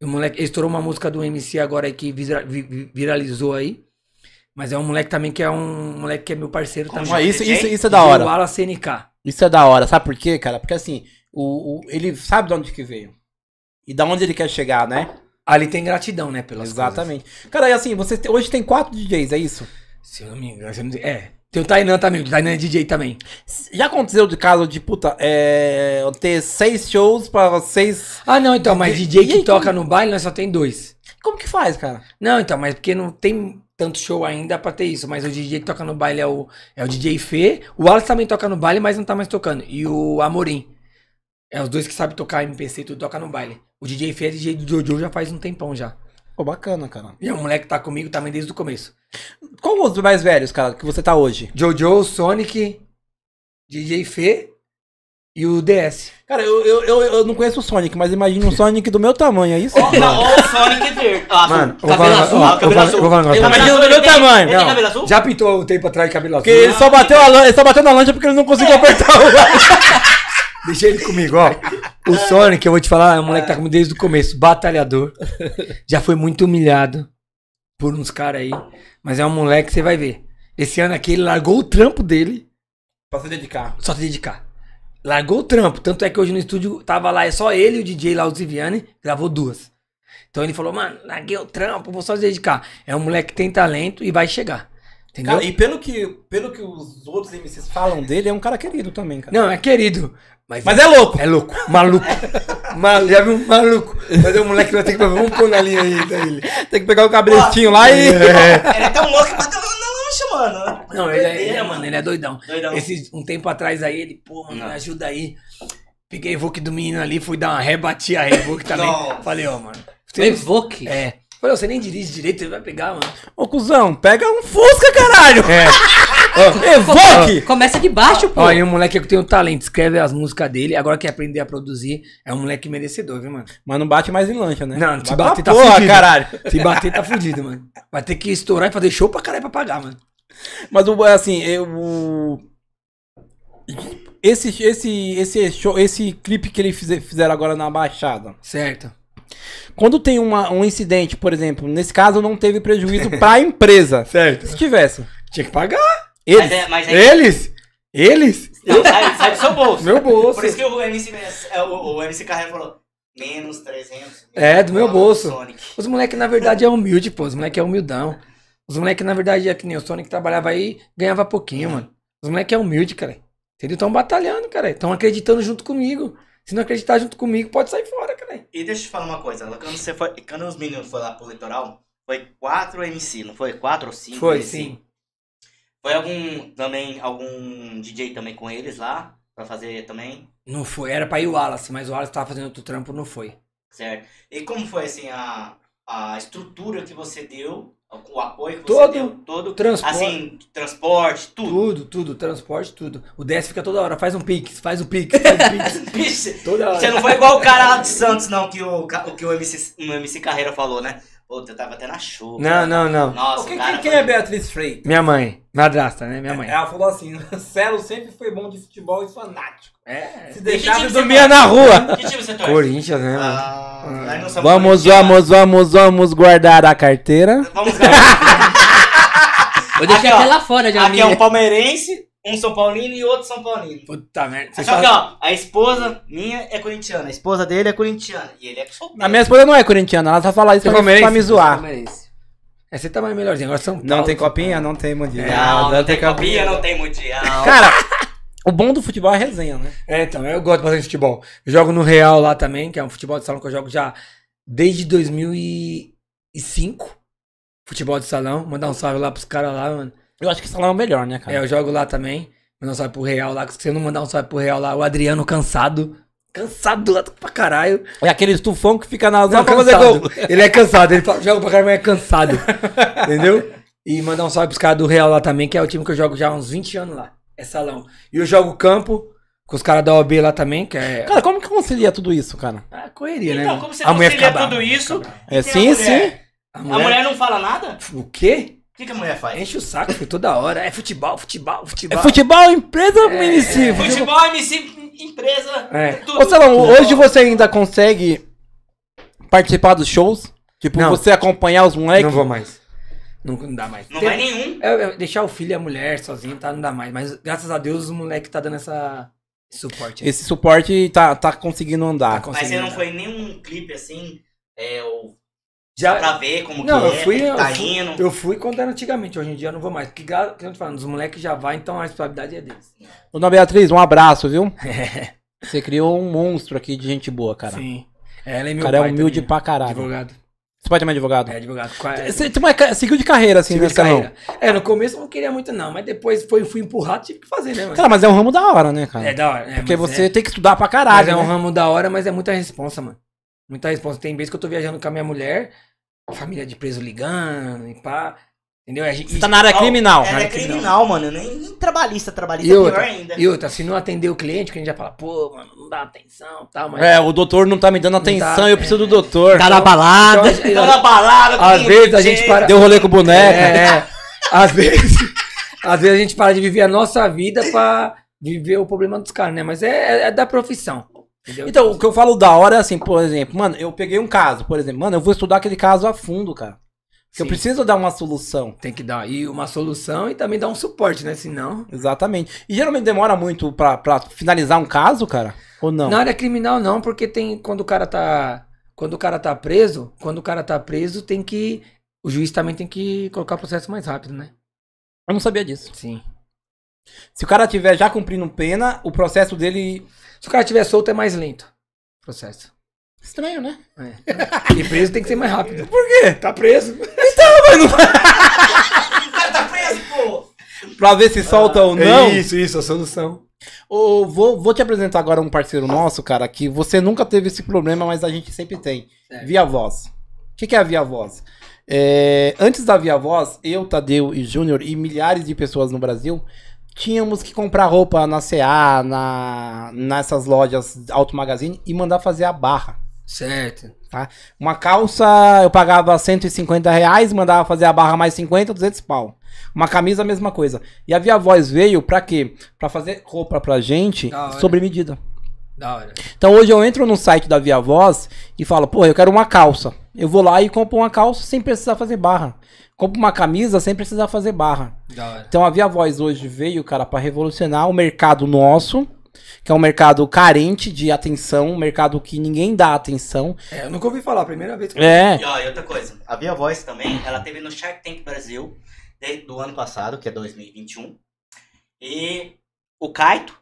E o moleque ele estourou uma música do MC agora aí que vira- vi- vi- viralizou aí. Mas é um moleque também que é um moleque que é meu parceiro Como também. chama? Isso, isso, isso é Isso da hora. O Ala CNK. Isso é da hora, sabe por quê, cara? Porque assim, o, o- ele sabe de onde que veio. E da onde ele quer chegar, né? Ali tem gratidão, né? Pelas Exatamente. Cara, e assim, você te- hoje tem quatro DJs, é isso? coisas. Se eu não me engano. se eu não- É. Tem o Tainan também. O Tainan é DJ também. Já aconteceu de caso de, puta, é, eu ter seis shows pra seis... Ah, não, então. Mas E- DJ e que aí, é? toca no baile, nós só tem dois. Como que faz, cara? Não, então. Mas porque não tem tanto show ainda pra ter isso. Mas o DJ que toca no baile é o, é o DJ Fê. O Wallace também toca no baile, mas não tá mais tocando. E o Amorim. É os dois que sabem tocar MPC e tudo, toca no baile. O DJ Fê é DJ do Jojo já faz um tempão já. Pô, bacana, cara. E é um moleque que tá comigo também desde o começo. Qual os mais velhos, cara, que você tá hoje? Jojo, Sonic, DJ Fê e o DS. Cara, eu, eu, eu, eu não conheço o Sonic, mas imagina um Sonic do meu tamanho, é isso? Ó, não, ó, o Sonic verde. Ó, Mano, eu vou cabelo falar- azul. ó, ó, eu cabelo falo- azul. eu vou falar um negócio. Cabelo Imagina azul, do meu ele tem- tamanho. Ele tem cabelo azul? Já pintou um tempo atrás cabelo Porque azul. ele só bateu, a lan- ele só bateu na lancha porque ele não conseguiu apertar o... Deixa ele comigo, ó. O Sonic, eu vou te falar, é um moleque que tá comigo desde o começo, batalhador. Já foi muito humilhado por uns caras aí. Mas é um moleque, você vai ver. Esse ano aqui ele largou o trampo dele, pra se dedicar. só se dedicar. Largou o trampo. Tanto é que hoje no estúdio tava lá, é só ele e o DJ lá, o Ziviani, gravou duas. Então ele falou, mano, larguei o trampo, vou só se dedicar. É um moleque que tem talento e vai chegar. Entendeu? Cara, e pelo que, pelo que os outros MCs falam dele, é um cara querido também, cara. Não, é querido. Mas, Mas é louco. É louco, maluco. Mal, já viu um maluco. Mas é um moleque que vai ter que. Vamos pôr na linha aí tá dele. Tem que pegar o cabretinho lá e. Ele é tão louco que bateu na lancha, mano. Não, ele é, ele é, mano, ele é doidão. Doidão. Esse, um tempo atrás aí, ele, pô, mano, me ajuda aí. (laughs) Peguei o Vogue do menino ali, fui dar uma ré, bati a Revoke também. Não. Falei, ó, mano. Evoque. É. Falei, "Ô, você nem dirige direito, você vai pegar, mano. Ô, cuzão, pega um Fusca, caralho! (laughs) É. Evoque! Começa de baixo, pô. Ó, e um moleque que tem um talento, escreve as músicas dele, agora quer aprender a produzir, é um moleque merecedor, viu, mano? Mas não bate mais em lancha, né? Não, se Vai pra bater tá porra, fudido. caralho. Se bater, tá fudido, mano. Vai ter que estourar e fazer show pra caralho pra pagar, mano. Mas o- assim, eu. o- Esse, esse, esse, show, esse clipe que eles fize- fizeram agora na Baixada. Certo. Quando tem uma- um incidente, por exemplo, nesse caso não teve prejuízo (laughs) pra empresa. Certo. Se tivesse. Tinha que pagar. Mas, Eles. é, mas é, Eles? Eles? não, sai, sai do seu bolso. Meu bolso. Por isso que o MC, é, o, o MC Carreiro falou, menos 300. É, do meu Fala do bolso. Sonic. Os moleque, na verdade, é humilde, pô. Os moleque é humildão. Os moleque, na verdade, é que nem o Sonic trabalhava aí, ganhava pouquinho, mano. Os moleque é humilde, cara. Eles estão batalhando, cara. Estão acreditando junto comigo. Se não acreditar junto comigo, pode sair fora, cara. E deixa eu te falar uma coisa, quando, você foi, quando os meninos foram lá pro litoral, foi quatro MC, não foi? Quatro ou cinco? MC? Foi algum, também, algum DJ também com eles lá, pra fazer também, Não foi. Era pra ir o Wallace, mas o Wallace tava fazendo outro trampo, não foi. certo? E como foi, assim, a, a estrutura que você deu, o apoio que Todo você deu, todo, Transporte. assim, transporte, tudo. Tudo, tudo, transporte, tudo. O Décio fica toda hora, faz um pix, faz um pix, faz um (laughs) pix. Vixe, toda hora. você não foi igual o cara lá de Santos, não, que o, ca- o que o MC, o MC Carreira falou, né? Pô, eu tava até na chuva. Não, não, não. Nossa, O que- o quem, cara... quem é Beatriz Frei? Minha mãe. Madrasta, né? Minha mãe. Ela falou assim: (laughs) Celo sempre foi bom de futebol e fanático. É. Se E deixava que time dormia você na rua. Que time você torce? Corinthians, né? mano? Ah, nós não somos Vamos, corintianos. vamos, vamos, vamos guardar a carteira. Vamos lá. Eu deixei Aqui, ó. até lá fora já. Aqui é um palmeirense, um São Paulino e outro São Paulino. Puta merda. Vocês Só que, falam- ó, a esposa minha é corintiana, a esposa dele é corintiana. E ele é A solteiro. minha esposa não é corintiana, ela só fala isso Você pra, me- pra palmeirense? me zoar. É, você tá mais melhorzinho. Agora São Paulo. Não tem copinha? Não tem mundial. Não, não, tem copinha, não tem (laughs) mundial. Cara, o bom do futebol é a resenha, né? É, então, eu gosto bastante de futebol. Eu jogo no Real lá também, que é um futebol de salão que eu jogo já desde 2005. Futebol de salão. Mandar um salve lá pros caras lá, mano. Eu acho que salão é o melhor, né, É, cara? eu jogo lá também. Mandar um salve pro Real lá. que Se você não mandar um salve pro Real lá, o Adriano cansado. Cansado lá pra caralho. É aquele estufão que fica na Não, zona pra fazer cansado. gol. Ele é cansado, ele fala, joga pra caramba, mas é cansado. entendeu? E mandar um salve pros caras do Real lá também, que é o time que eu jogo já há uns 20 anos lá. É salão. E eu jogo campo com os caras da OB lá também, que é. Cara, como que concilia tudo isso, cara? Ah, correria, né? Então, mano? como você a mulher fica concilia brava, tudo isso? É Tem sim, a mulher. sim. A A mulher, mulher não fala nada? O quê? O que, que a mulher faz? Enche o saco filho, toda hora. É futebol, futebol, futebol. É futebol, empresa É. ou município? Futebol, MC, empresa, É. tudo. Ô, Salão, hoje você ainda consegue participar dos shows? Tipo, Não. você acompanhar os moleques? Não vou mais. Não, não dá mais. Não Tem- vai nenhum. é, é, deixar o filho e a mulher sozinho, tá? Não dá mais. Mas graças a Deus o moleque tá dando essa esse suporte. Esse suporte tá, tá conseguindo andar. Tá Mas você não conseguindo, foi em nenhum clipe assim, é, ou Já, pra ver como Não, que eu é, fui- como que eu tá fui- indo. Eu fui quando era antigamente, hoje em dia eu não vou mais. Porque, gra- que eu tô falando, os moleques já vai, então a responsabilidade é deles. Ô, Dona Beatriz, um abraço, (laughs) viu? Você criou um monstro aqui de gente boa, cara. Sim. Ela e Tá. O meu cara é pai humilde também, pra caralho. Advogado. Você pode chamar de advogado? É, advogado. Qua- é, Você tu é ca- seguiu de carreira, assim, seguiu né, de Salão? carreira. É, no começo eu não queria muito não, mas depois foi, fui empurrado, tive que fazer, né, mano? Cara, mas é um ramo da hora, né, cara? É da hora. é, Porque mas você é, tem que estudar pra mas caralho, é um né? ramo da hora, mas é muita responsa, mano. Muita responsa. Tem vezes que eu tô viajando com a minha mulher, família de preso ligando e pá. Entendeu? E a gente- Você tá na área Ó, criminal. Ela é criminal, mano. Nem, nem trabalhista, trabalhista E é pior outra, ainda. E outra, se não atender o cliente, que a gente já fala, pô, mano, não dá atenção e tal, mas. É, o doutor não tá me dando tá, atenção, é. eu preciso do doutor. Tá na Então, balada. a gente- Tá na balada, Às com vezes a DJ, gente para. Deu rolê com boneca. É, é. Às vezes, às vezes a gente para de viver a nossa vida pra viver o problema dos caras, né? Mas é, é- é da profissão. Entendeu? Então, o que eu falo da hora é assim, por exemplo, mano, eu peguei um caso, por exemplo, mano, eu vou estudar aquele caso a fundo, cara. Porque eu Sim. preciso dar uma solução. tem que dar e uma solução e também dar um suporte, né? Senão. Exatamente. E geralmente demora muito pra, pra finalizar um caso, cara? Ou não? Na área criminal não, porque tem quando o cara tá quando o cara tá preso, quando o cara tá preso, tem que o juiz também tem que colocar o processo mais rápido, né? Eu não sabia disso. Sim. Se o cara tiver já cumprindo pena, o processo dele. Se o cara tiver solto é mais lento o processo. Estranho, né? E preso tem que ser mais rápido. Por quê? Tá preso. O cara tá preso, pô. Pra ver se solta ou não. É isso, isso, a solução. Ô, vou, vou te apresentar agora um parceiro nosso, cara, que você nunca teve esse problema, mas a gente sempre tem. Via voz. O que, que é a Via Voz? É, antes da Via Voz, eu, Tadeu e Júnior e milhares de pessoas no Brasil tínhamos que comprar roupa na CA, na, nessas lojas Auto Magazine e mandar fazer a barra. Certo. Uma calça eu pagava 150 reais, mandava fazer a barra mais 50, 200 pau. Uma camisa, a mesma coisa. E a Via Voz veio pra quê? Pra fazer roupa pra gente Da hora. sobre medida. Da hora. Então hoje eu entro no site da Via Voz e falo, pô, eu quero uma calça. Eu vou lá e compro uma calça sem precisar fazer barra. Compro uma camisa sem precisar fazer barra. Da hora. Então a Via Voz hoje veio, cara, para revolucionar o mercado nosso, que é um mercado carente de atenção, um mercado que ninguém dá atenção. É, eu nunca ouvi falar, primeira vez que É, E, ó, e outra coisa, a Via Voz também, ela teve no Shark Tank Brasil desde do ano passado, que é 2021. E o Kaito,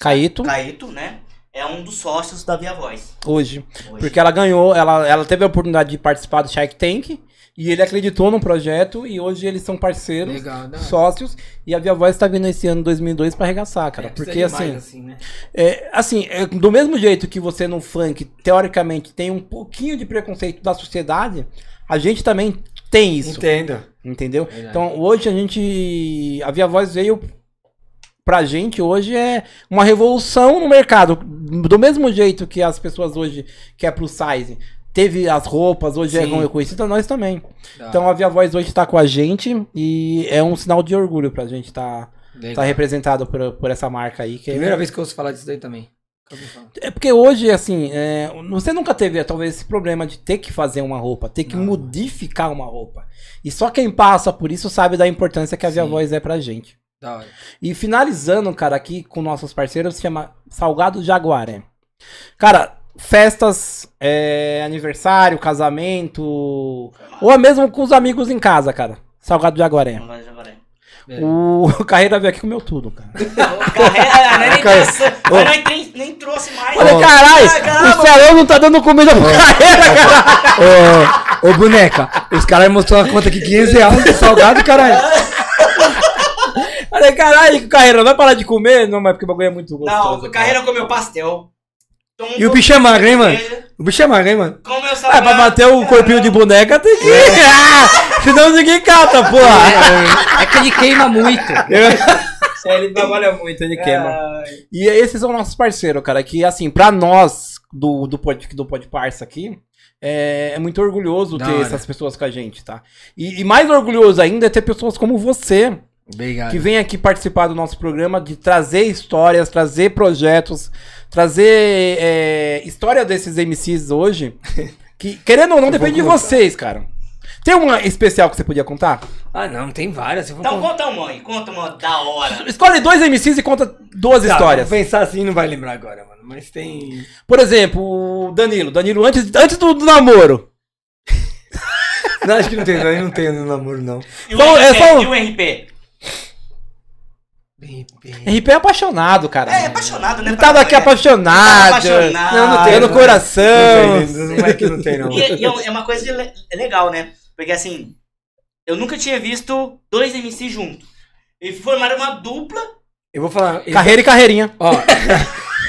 Caíto, Kaito, né? É um dos sócios da Via Voz. hoje. hoje. Porque ela ganhou, ela, ela teve a oportunidade de participar do Shark Tank e ele acreditou no projeto e hoje eles são parceiros. Legal, da hora. Sócios e a Via Voz tá vindo esse ano 2002 pra arregaçar, cara. É, precisa porque de assim, mais, né? É, assim, é, do mesmo jeito que você no funk, teoricamente, tem um pouquinho de preconceito da sociedade, a gente também tem isso, Entendo. entendeu? Verdade. Então, hoje a gente. A Via Voz veio pra gente hoje é uma revolução no mercado. Do mesmo jeito que as pessoas hoje quer pro size. Teve as roupas, hoje é Sim. Tá. é reconhecida, nós também. Da Então a Via Voz hoje tá com a gente e é um sinal de orgulho pra gente tá, Legal. tá representado por, por essa marca aí. Que é- Primeira vez que eu ouço falar disso daí também. Nunca ouvi falar. é porque hoje, assim, é, você nunca teve talvez esse problema de ter que fazer uma roupa, ter que Não. modificar uma roupa. E só quem passa por isso sabe da importância que a Via Sim. Voz é pra gente. Da hora. E finalizando, cara, aqui com nossos parceiros, se chama Salgado Jaguaré. Cara, festas, é, aniversário, casamento, ou é mesmo com os amigos em casa, cara. Salgado Jaguaré. Vamos lá, Jaguaré. É. O (laughs) Carreira veio aqui comeu tudo, cara. Carrega, né? Nem, Cara, trouxe- ô. nem, nem, nem trouxe mais. Olha, Ô. Ai, caralho, caramba. o Celão não tá dando comida pro Carreira, cara. Ô, ô, boneca, os caras mostrou a conta aqui, 500 reais de salgado, caralho. Falei, caralho, carreira, vai parar de comer? Não, mas porque o bagulho é muito Não, gostoso. o Carreira comeu pastel. Tomou E o um bicho é magro, hein, mano? cerveja, O bicho é magro, hein, mano? Comeu É, pra salgado. bater o corpinho de boneca tem que. Ah, (laughs) senão ninguém cata, porra. É que ele queima muito. ele (laughs) trabalha muito, ele Ai, E esses são nossos parceiros, cara. Que assim, pra nós do, do, pod, do Podparça aqui, é, é muito orgulhoso Da ter hora. essas pessoas com a gente, tá? E, e mais orgulhoso ainda é ter pessoas como você, Obrigado. que vem aqui participar do nosso programa, de trazer histórias, trazer projetos, trazer é, história desses MCs hoje, que querendo ou não, depende de vocês, cara. Tem uma especial que você podia contar? Ah, não, tem várias. se eu for Então contar- conta uma, mãe. Conta uma da hora. Escolhe dois MCs e conta duas Tá, histórias. vou Pensar assim não vai lembrar agora, mano. Mas tem. Por exemplo, o Danilo. Danilo, antes, antes do, do namoro. Não, acho que não tem, não, eu não tenho no namoro, não. E o Então, é RP? só- E o RP? Bem, bem. RP é apaixonado, cara. É, apaixonado, né? Ele tava aqui apaixonado. tá Apaixonado. Não, não tem Ah, no não. coração. Não, tem, não é que não tem, não. E, é- e é um- é uma coisa de le- é legal, né? Porque assim, eu nunca tinha visto dois MC juntos. E formaram uma dupla. Eu vou falar. ele- Carreira e carreirinha. Ó,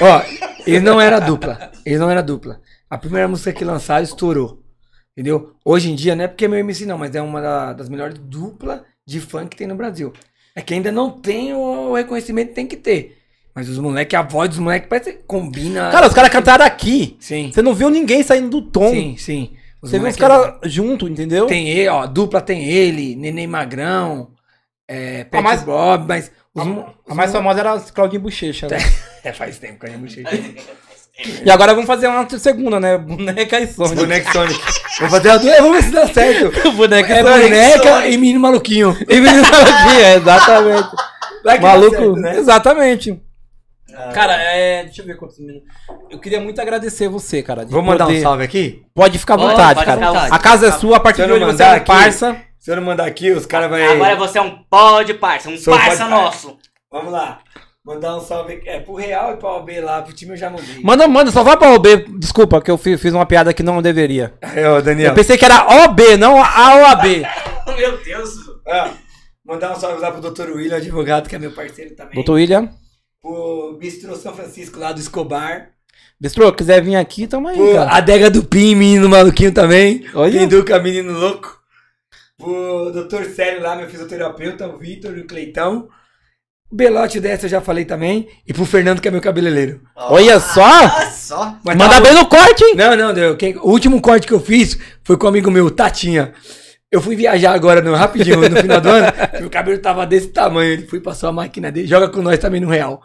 ó, ele não era dupla. Ele não era dupla. A primeira música que lançaram estourou. Entendeu? Hoje em dia, não é porque é meu MC, não, mas é uma da- das melhores duplas de funk que tem no Brasil. É que ainda não tem o reconhecimento que tem que ter. Mas os moleques, a voz dos moleques parece que combina. Cara, os caras cantaram aqui. sim, Você não viu ninguém saindo do tom. sim, sim. Você viu os moleque- caras junto, entendeu? Tem ele, ó, a dupla tem ele, Neném Magrão, é, Pet mais- Bob, mas. Os, mo- A mais famosa era a Claudinha Bochecha, né? É, faz tempo que eu não mexi. (laughs) É. E agora vamos fazer uma segunda, né? Boneca e Sonic. Boneca Sonic. (laughs) Vou fazer as duas, vamos ver se dá certo. (laughs) boneca É boneca e menino maluquinho. (laughs) E menino aqui, é, exatamente. Vai que dá Maluco. certo, né? Exatamente. Cara, é, deixa eu ver quantos minutos. Eu queria muito agradecer você, cara. de Vou mandar poder- um salve aqui. Pode ficar à Pode, vontade, pode cara. ficar à vontade. A casa é sua, a partir Se eu de não hoje você mandar é um aqui- parça. Se eu não mandar aqui, os caras vão. Agora você é um pau de parça, um Sou um parça pau de nosso. Vamos lá. Mandar um salve. É, pro Real e pro OB lá, pro time eu já mandei. Manda, manda, só vai pra OB. Desculpa, que eu fi- fiz uma piada que não deveria. É, ô, Daniel. Eu pensei que era OB, não a OAB. (laughs) Meu Deus. Ah, mandar um salve lá pro Dr. William, advogado, que é meu parceiro também. Doutor William. Pro Bistro São Francisco lá do Escobar. Bistrô, quiser vir aqui, tamo aí, Pô, cara. adega do Pim, menino maluquinho também. Olha. Pinduca, menino louco. O doutor Célio lá, meu fisioterapeuta, o Vitor e o Cleitão. O Belote o dessa eu já falei também. E pro Fernando, que é meu cabeleireiro. Olha só! Ah, só. Mas tá Manda tava- bem no corte, hein? Não, não, deu. Quem- O último corte que eu fiz foi com um amigo meu, o Tatinha. Eu fui viajar agora no, rapidinho, no final do ano. Meu cabelo tava desse tamanho. Ele foi, passou a máquina dele. Joga com nós também no real.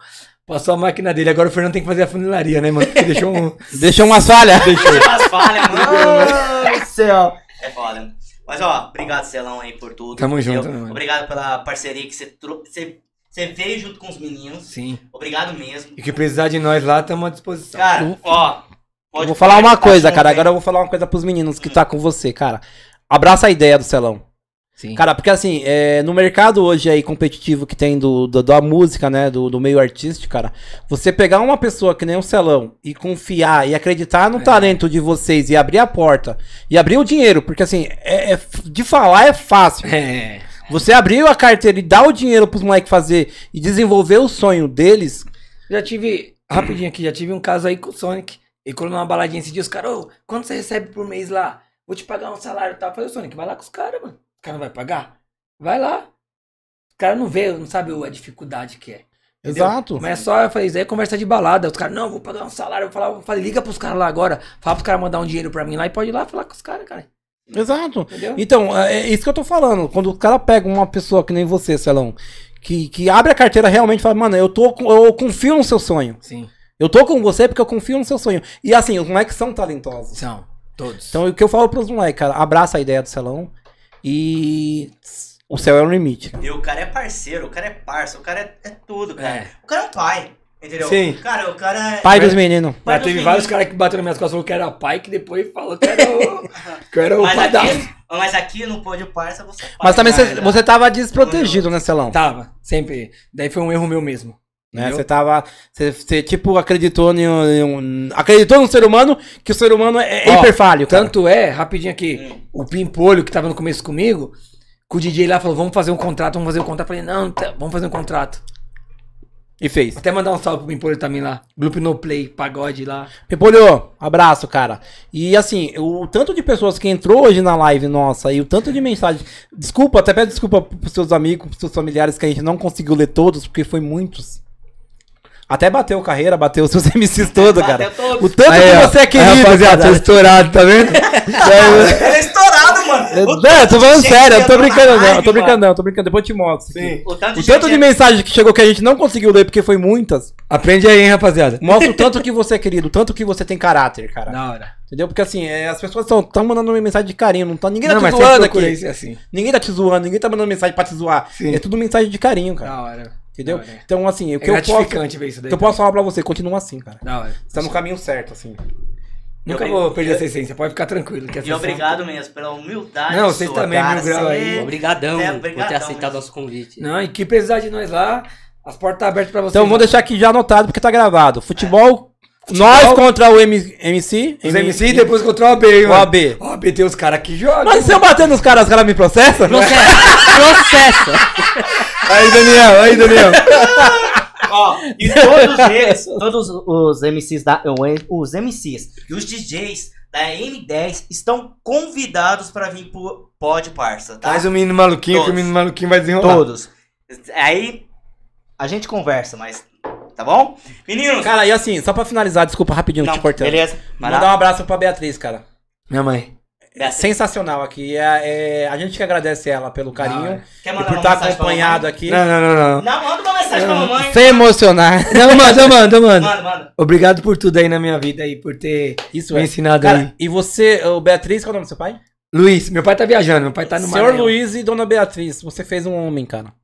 Passou a máquina dele. Agora o Fernando tem que fazer a funilaria, né, mano? Porque deixou um. Deixou uma falha. (laughs) As falhas, mano. do céu. É foda. Mas, ó, obrigado, Celão, aí, por tudo. Tamo entendeu? junto, né, mano? Obrigado pela parceria que você trouxe. Você, você veio junto com os meninos. Sim. Obrigado mesmo. E que precisar de nós lá, estamos à disposição. Tá. Cara, ó. Eu pode- vou falar uma tá coisa, junto, cara. hein? Agora eu vou falar uma coisa pros meninos que tá com você, cara. Abraça a ideia do Celão. Sim. Cara, porque assim, é, no mercado hoje aí competitivo que tem do, do- da música, né? Do, do meio artístico, cara. Você pegar uma pessoa que nem o Celão e confiar e acreditar no talento de vocês e abrir a porta e abrir o dinheiro, porque assim, é, é f- de falar é fácil. É. Você abriu a carteira e dar o dinheiro pros moleques fazer e desenvolver o sonho deles. Já tive, rapidinho aqui, já tive um caso aí com o Sonic. Ele colou uma baladinha esse dia, os caras, ô, quanto você recebe por mês lá? Vou te pagar um salário e tal. Eu falei, ô, Sonic, vai lá com os caras, mano. Os caras não vai pagar? Vai lá. Os caras não vê, não sabe a dificuldade que é. Entendeu? Exato. Mas é só, eu falei, isso aí é conversa de balada. Os caras, não, vou pagar um salário. Eu falava, eu falei, liga pros caras lá agora. Fala pros caras mandar um dinheiro pra mim lá e pode ir lá falar com os caras, cara. Exato. Entendeu? Então, é é isso que eu tô falando. Quando o cara pega uma pessoa que nem você, Celão, que, que abre a carteira realmente e fala, mano, eu, tô, com- eu confio no seu sonho. Sim. Eu tô com você porque eu confio no seu sonho. E assim, os moleques são talentosos. São. Todos. Então, o que eu falo pros moleques, cara, abraça a ideia do Celão e o céu é o limite. cara. E o cara é parceiro, o cara é parça, o cara é, é tudo, cara. É. O cara é um pai, entendeu? Sim. Cara, o cara é. Pai dos meninos. Mas Mas teve no assim, vários fim- caras que bateram nas minhas costas e falou que era pai, que depois falou que era o, (laughs) que era o Mas pai da... é aqui, mas aqui no pódio parça você é pai, Mas também cara. você, você tava desprotegido, né, Celão? Tava, sempre. Daí foi um erro meu mesmo. Né? Você tava. Você, você, tipo, acreditou em um- em um- acreditou no ser humano que o ser humano é, Ó, hiper falho. Cara. Tanto é, rapidinho aqui, Hum. o Pimpolho, que tava no começo comigo, que o DJ lá falou, vamos fazer um contrato, vamos fazer um contrato. Eu falei, não, tá, vamos fazer um contrato. E fez. Até mandar um salve pro Pimpolho também lá. Grupo No Play, pagode lá. Pepolho, abraço, cara. E assim, o tanto de pessoas que entrou hoje na live nossa e o tanto de mensagem. Desculpa, até peço desculpa pros seus amigos, pros seus familiares que a gente não conseguiu ler todos, porque foi muitos. Até bateu carreira, bateu os seus (laughs) MCs todo, cara. Bateu todos. O tanto Aí, que ó. você é querido, Aí, rapaziada, tô cara. estourado, tá vendo? Ele é estourado, mano. Eu- Não, eu tô falando Gente, sério, eu não tô entrou na brincando, não. Eu live, tô brincando, mano. não, eu tô brincando. Depois eu te mostro. isso aqui. O tanto O de, tanto de gente- é- mensagem que chegou que a gente não conseguiu ler, porque foi muitas, Aprende aí, hein, rapaziada. mostra o tanto que você é querido, o tanto que você tem caráter, cara. Da hora. Entendeu? Porque assim, é, as pessoas estão mandando uma mensagem de carinho, não tá, ninguém não, tá mas te sempre zoando procurei aqui. ser assim. Ninguém tá te zoando, ninguém tá mandando mensagem pra te zoar. Sim. É tudo mensagem de carinho, cara. Da hora. Entendeu? da hora. Então, assim, o É que, eu posso, gratificante ver isso o daí. que eu posso falar pra você, continua assim, cara. Da hora. Você tá no caminho certo, assim. Nunca Eu- vou perder essa essência, pode ficar tranquilo. Que essa E essência- obrigado mesmo pela humildade. Não, vocês sua, também, cara. mil grau aí. Você- Obrigadão É, mano, por ter obrigadão, aceitado né? nosso convite. Não, e que precisar de nós lá, as portas tá abertas pra vocês. Então, vamos deixar aqui já anotado, porque tá gravado. É. Futebol, nós contra o M- MC. os M- MC e depois contra o AB, hein, O mano. AB. O AB tem os caras que jogam. Mas se eu bater nos caras, os caras me processam? (laughs) Processo! Processo! Aí, Daniel, aí, Daniel. Ó, e todos eles, todos os MCs da. Os MCs e os DJs da M10 estão convidados pra vir pro Pod Parça, tá? Faz o um menino maluquinho, que o Todos. menino maluquinho vai desenrolar. Todos. Aí a gente conversa, mas. Tá bom? Meninos! Cara, e assim, só pra finalizar, desculpa rapidinho te cortando. beleza. Mas Mandar um abraço pra Beatriz, cara. Minha mãe. dá- Sensacional aqui. É, é, a gente que agradece ela pelo carinho Quer e mandar por uma estar mensagem pra acompanhado aqui. Não, não, não, não. mamãe? Não, manda uma mensagem pra mamãe. Sem emocionar. Não, mano, não, mano, não, mano. Manda, manda. Obrigado por tudo aí na minha vida aí, por ter Isso me é. ensinado aí. Cara, e você, o Beatriz, qual é o nome do seu pai? Luiz, meu pai tá viajando, meu pai tá no Senhor Maranhão. Luiz e Dona Beatriz, você fez um homem, cara.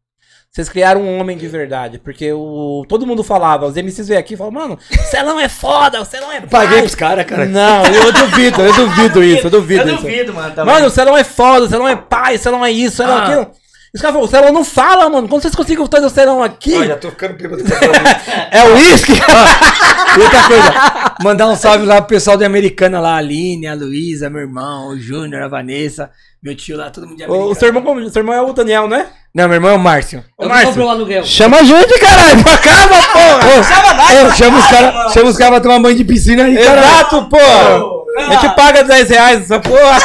Vocês criaram um homem de verdade, porque o todo mundo falava, os MCs veio aqui e falavam, mano, o Celão é foda, o Celão é Eu Paguei pai." pros caras, cara. Não, eu duvido, eu duvido isso, eu duvido Eu isso. duvido, mano. também. Mano, o Celão é foda, o Celão é pai, o Celão é isso, o Celão é Ah. aquilo. Os caras falam, o Celão não fala, mano. Como vocês conseguem trazer o Celão aqui? Olha, tô ficando bêbado. E É Ah. o (laughs) uísque? outra coisa, mandar um salve lá pro pessoal de Americana lá, a Aline, a Luísa, meu irmão, o Júnior, a Vanessa, meu tio lá, todo mundo de o, Americana. o seu irmão, como- o seu irmão é o Daniel, né? Não, meu irmão é o Márcio. Eu Márcio. comprei o aluguel. Chama a gente, caralho. Pra cá, pra (laughs) porra. Ô, ô, chama os caras chama os cara pra tomar banho de piscina aí, cara. Exato, pô! A gente paga 10 reais nessa (laughs) porra.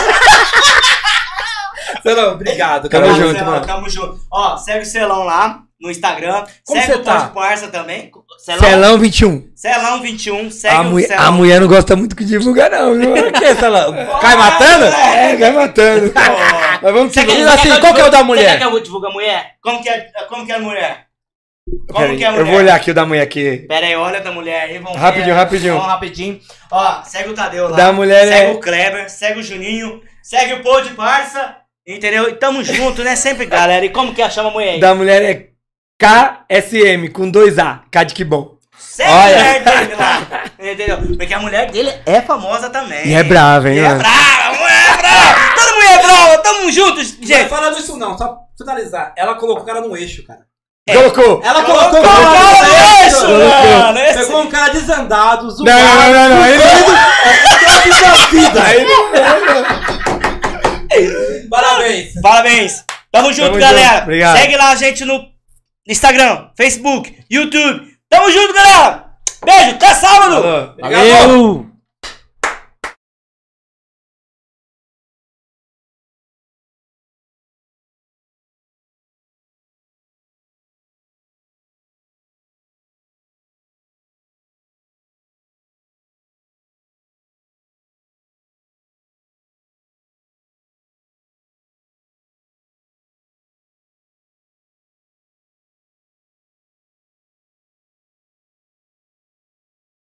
Celão, obrigado, cara. Tamo Tamo junto, Celão, mano. Tamo junto. Ó, segue o Celão lá no Instagram. Como segue você o tá? é Pode Parça também. Celão, Celão 21. Celão 21. Segue A, o mulher- Celão. a mulher não gosta muito que divulga, não, viu? (laughs) Por que, Celão? Cai matando? É, vai matando. um. Ó. Mas vamos Você seguir. quer- Diz assim, você quer qual que é o da divulgar- mulher? Você quer que eu divulgue a mulher? Como que é, como que é a mulher? Como Peraí, que é a mulher? eu vou olhar aqui o da mulher aqui. Pera aí, olha da mulher aí. Vamos ver. Rapidinho, rapidinho. Vamos rapidinho. Ó, segue o Tadeu lá. Da mulher segue é- o Kleber, segue o Juninho, segue o Pô de Parça. Entendeu? E tamo junto, né? Sempre, galera. E como que é? Chama a mulher aí? Da mulher é KSM, com dois A. K de que bom. Segue a mulher dele lá. Entendeu? Porque a mulher dele é famosa também. E é brava, hein, E é mano? brava, a mulher é brava. Toda mulher é brava. Tamo junto, Gente, gente. fala disso não, só finalizar. Ela colocou o cara no eixo, cara. Colocou. Ela Colocou colocou o o cara no eixo, mano. Esse- Pegou um cara desandado, Não, zoado. não, não, não. é Aí não. Aí Aí não. Parabéns. Parabéns. Tamo junto, junto, galera. obrigado. Segue lá a gente no Instagram, Facebook, YouTube. Tamo junto, galera. Beijo. Até sábado. Falou. é Obrigado. Eu.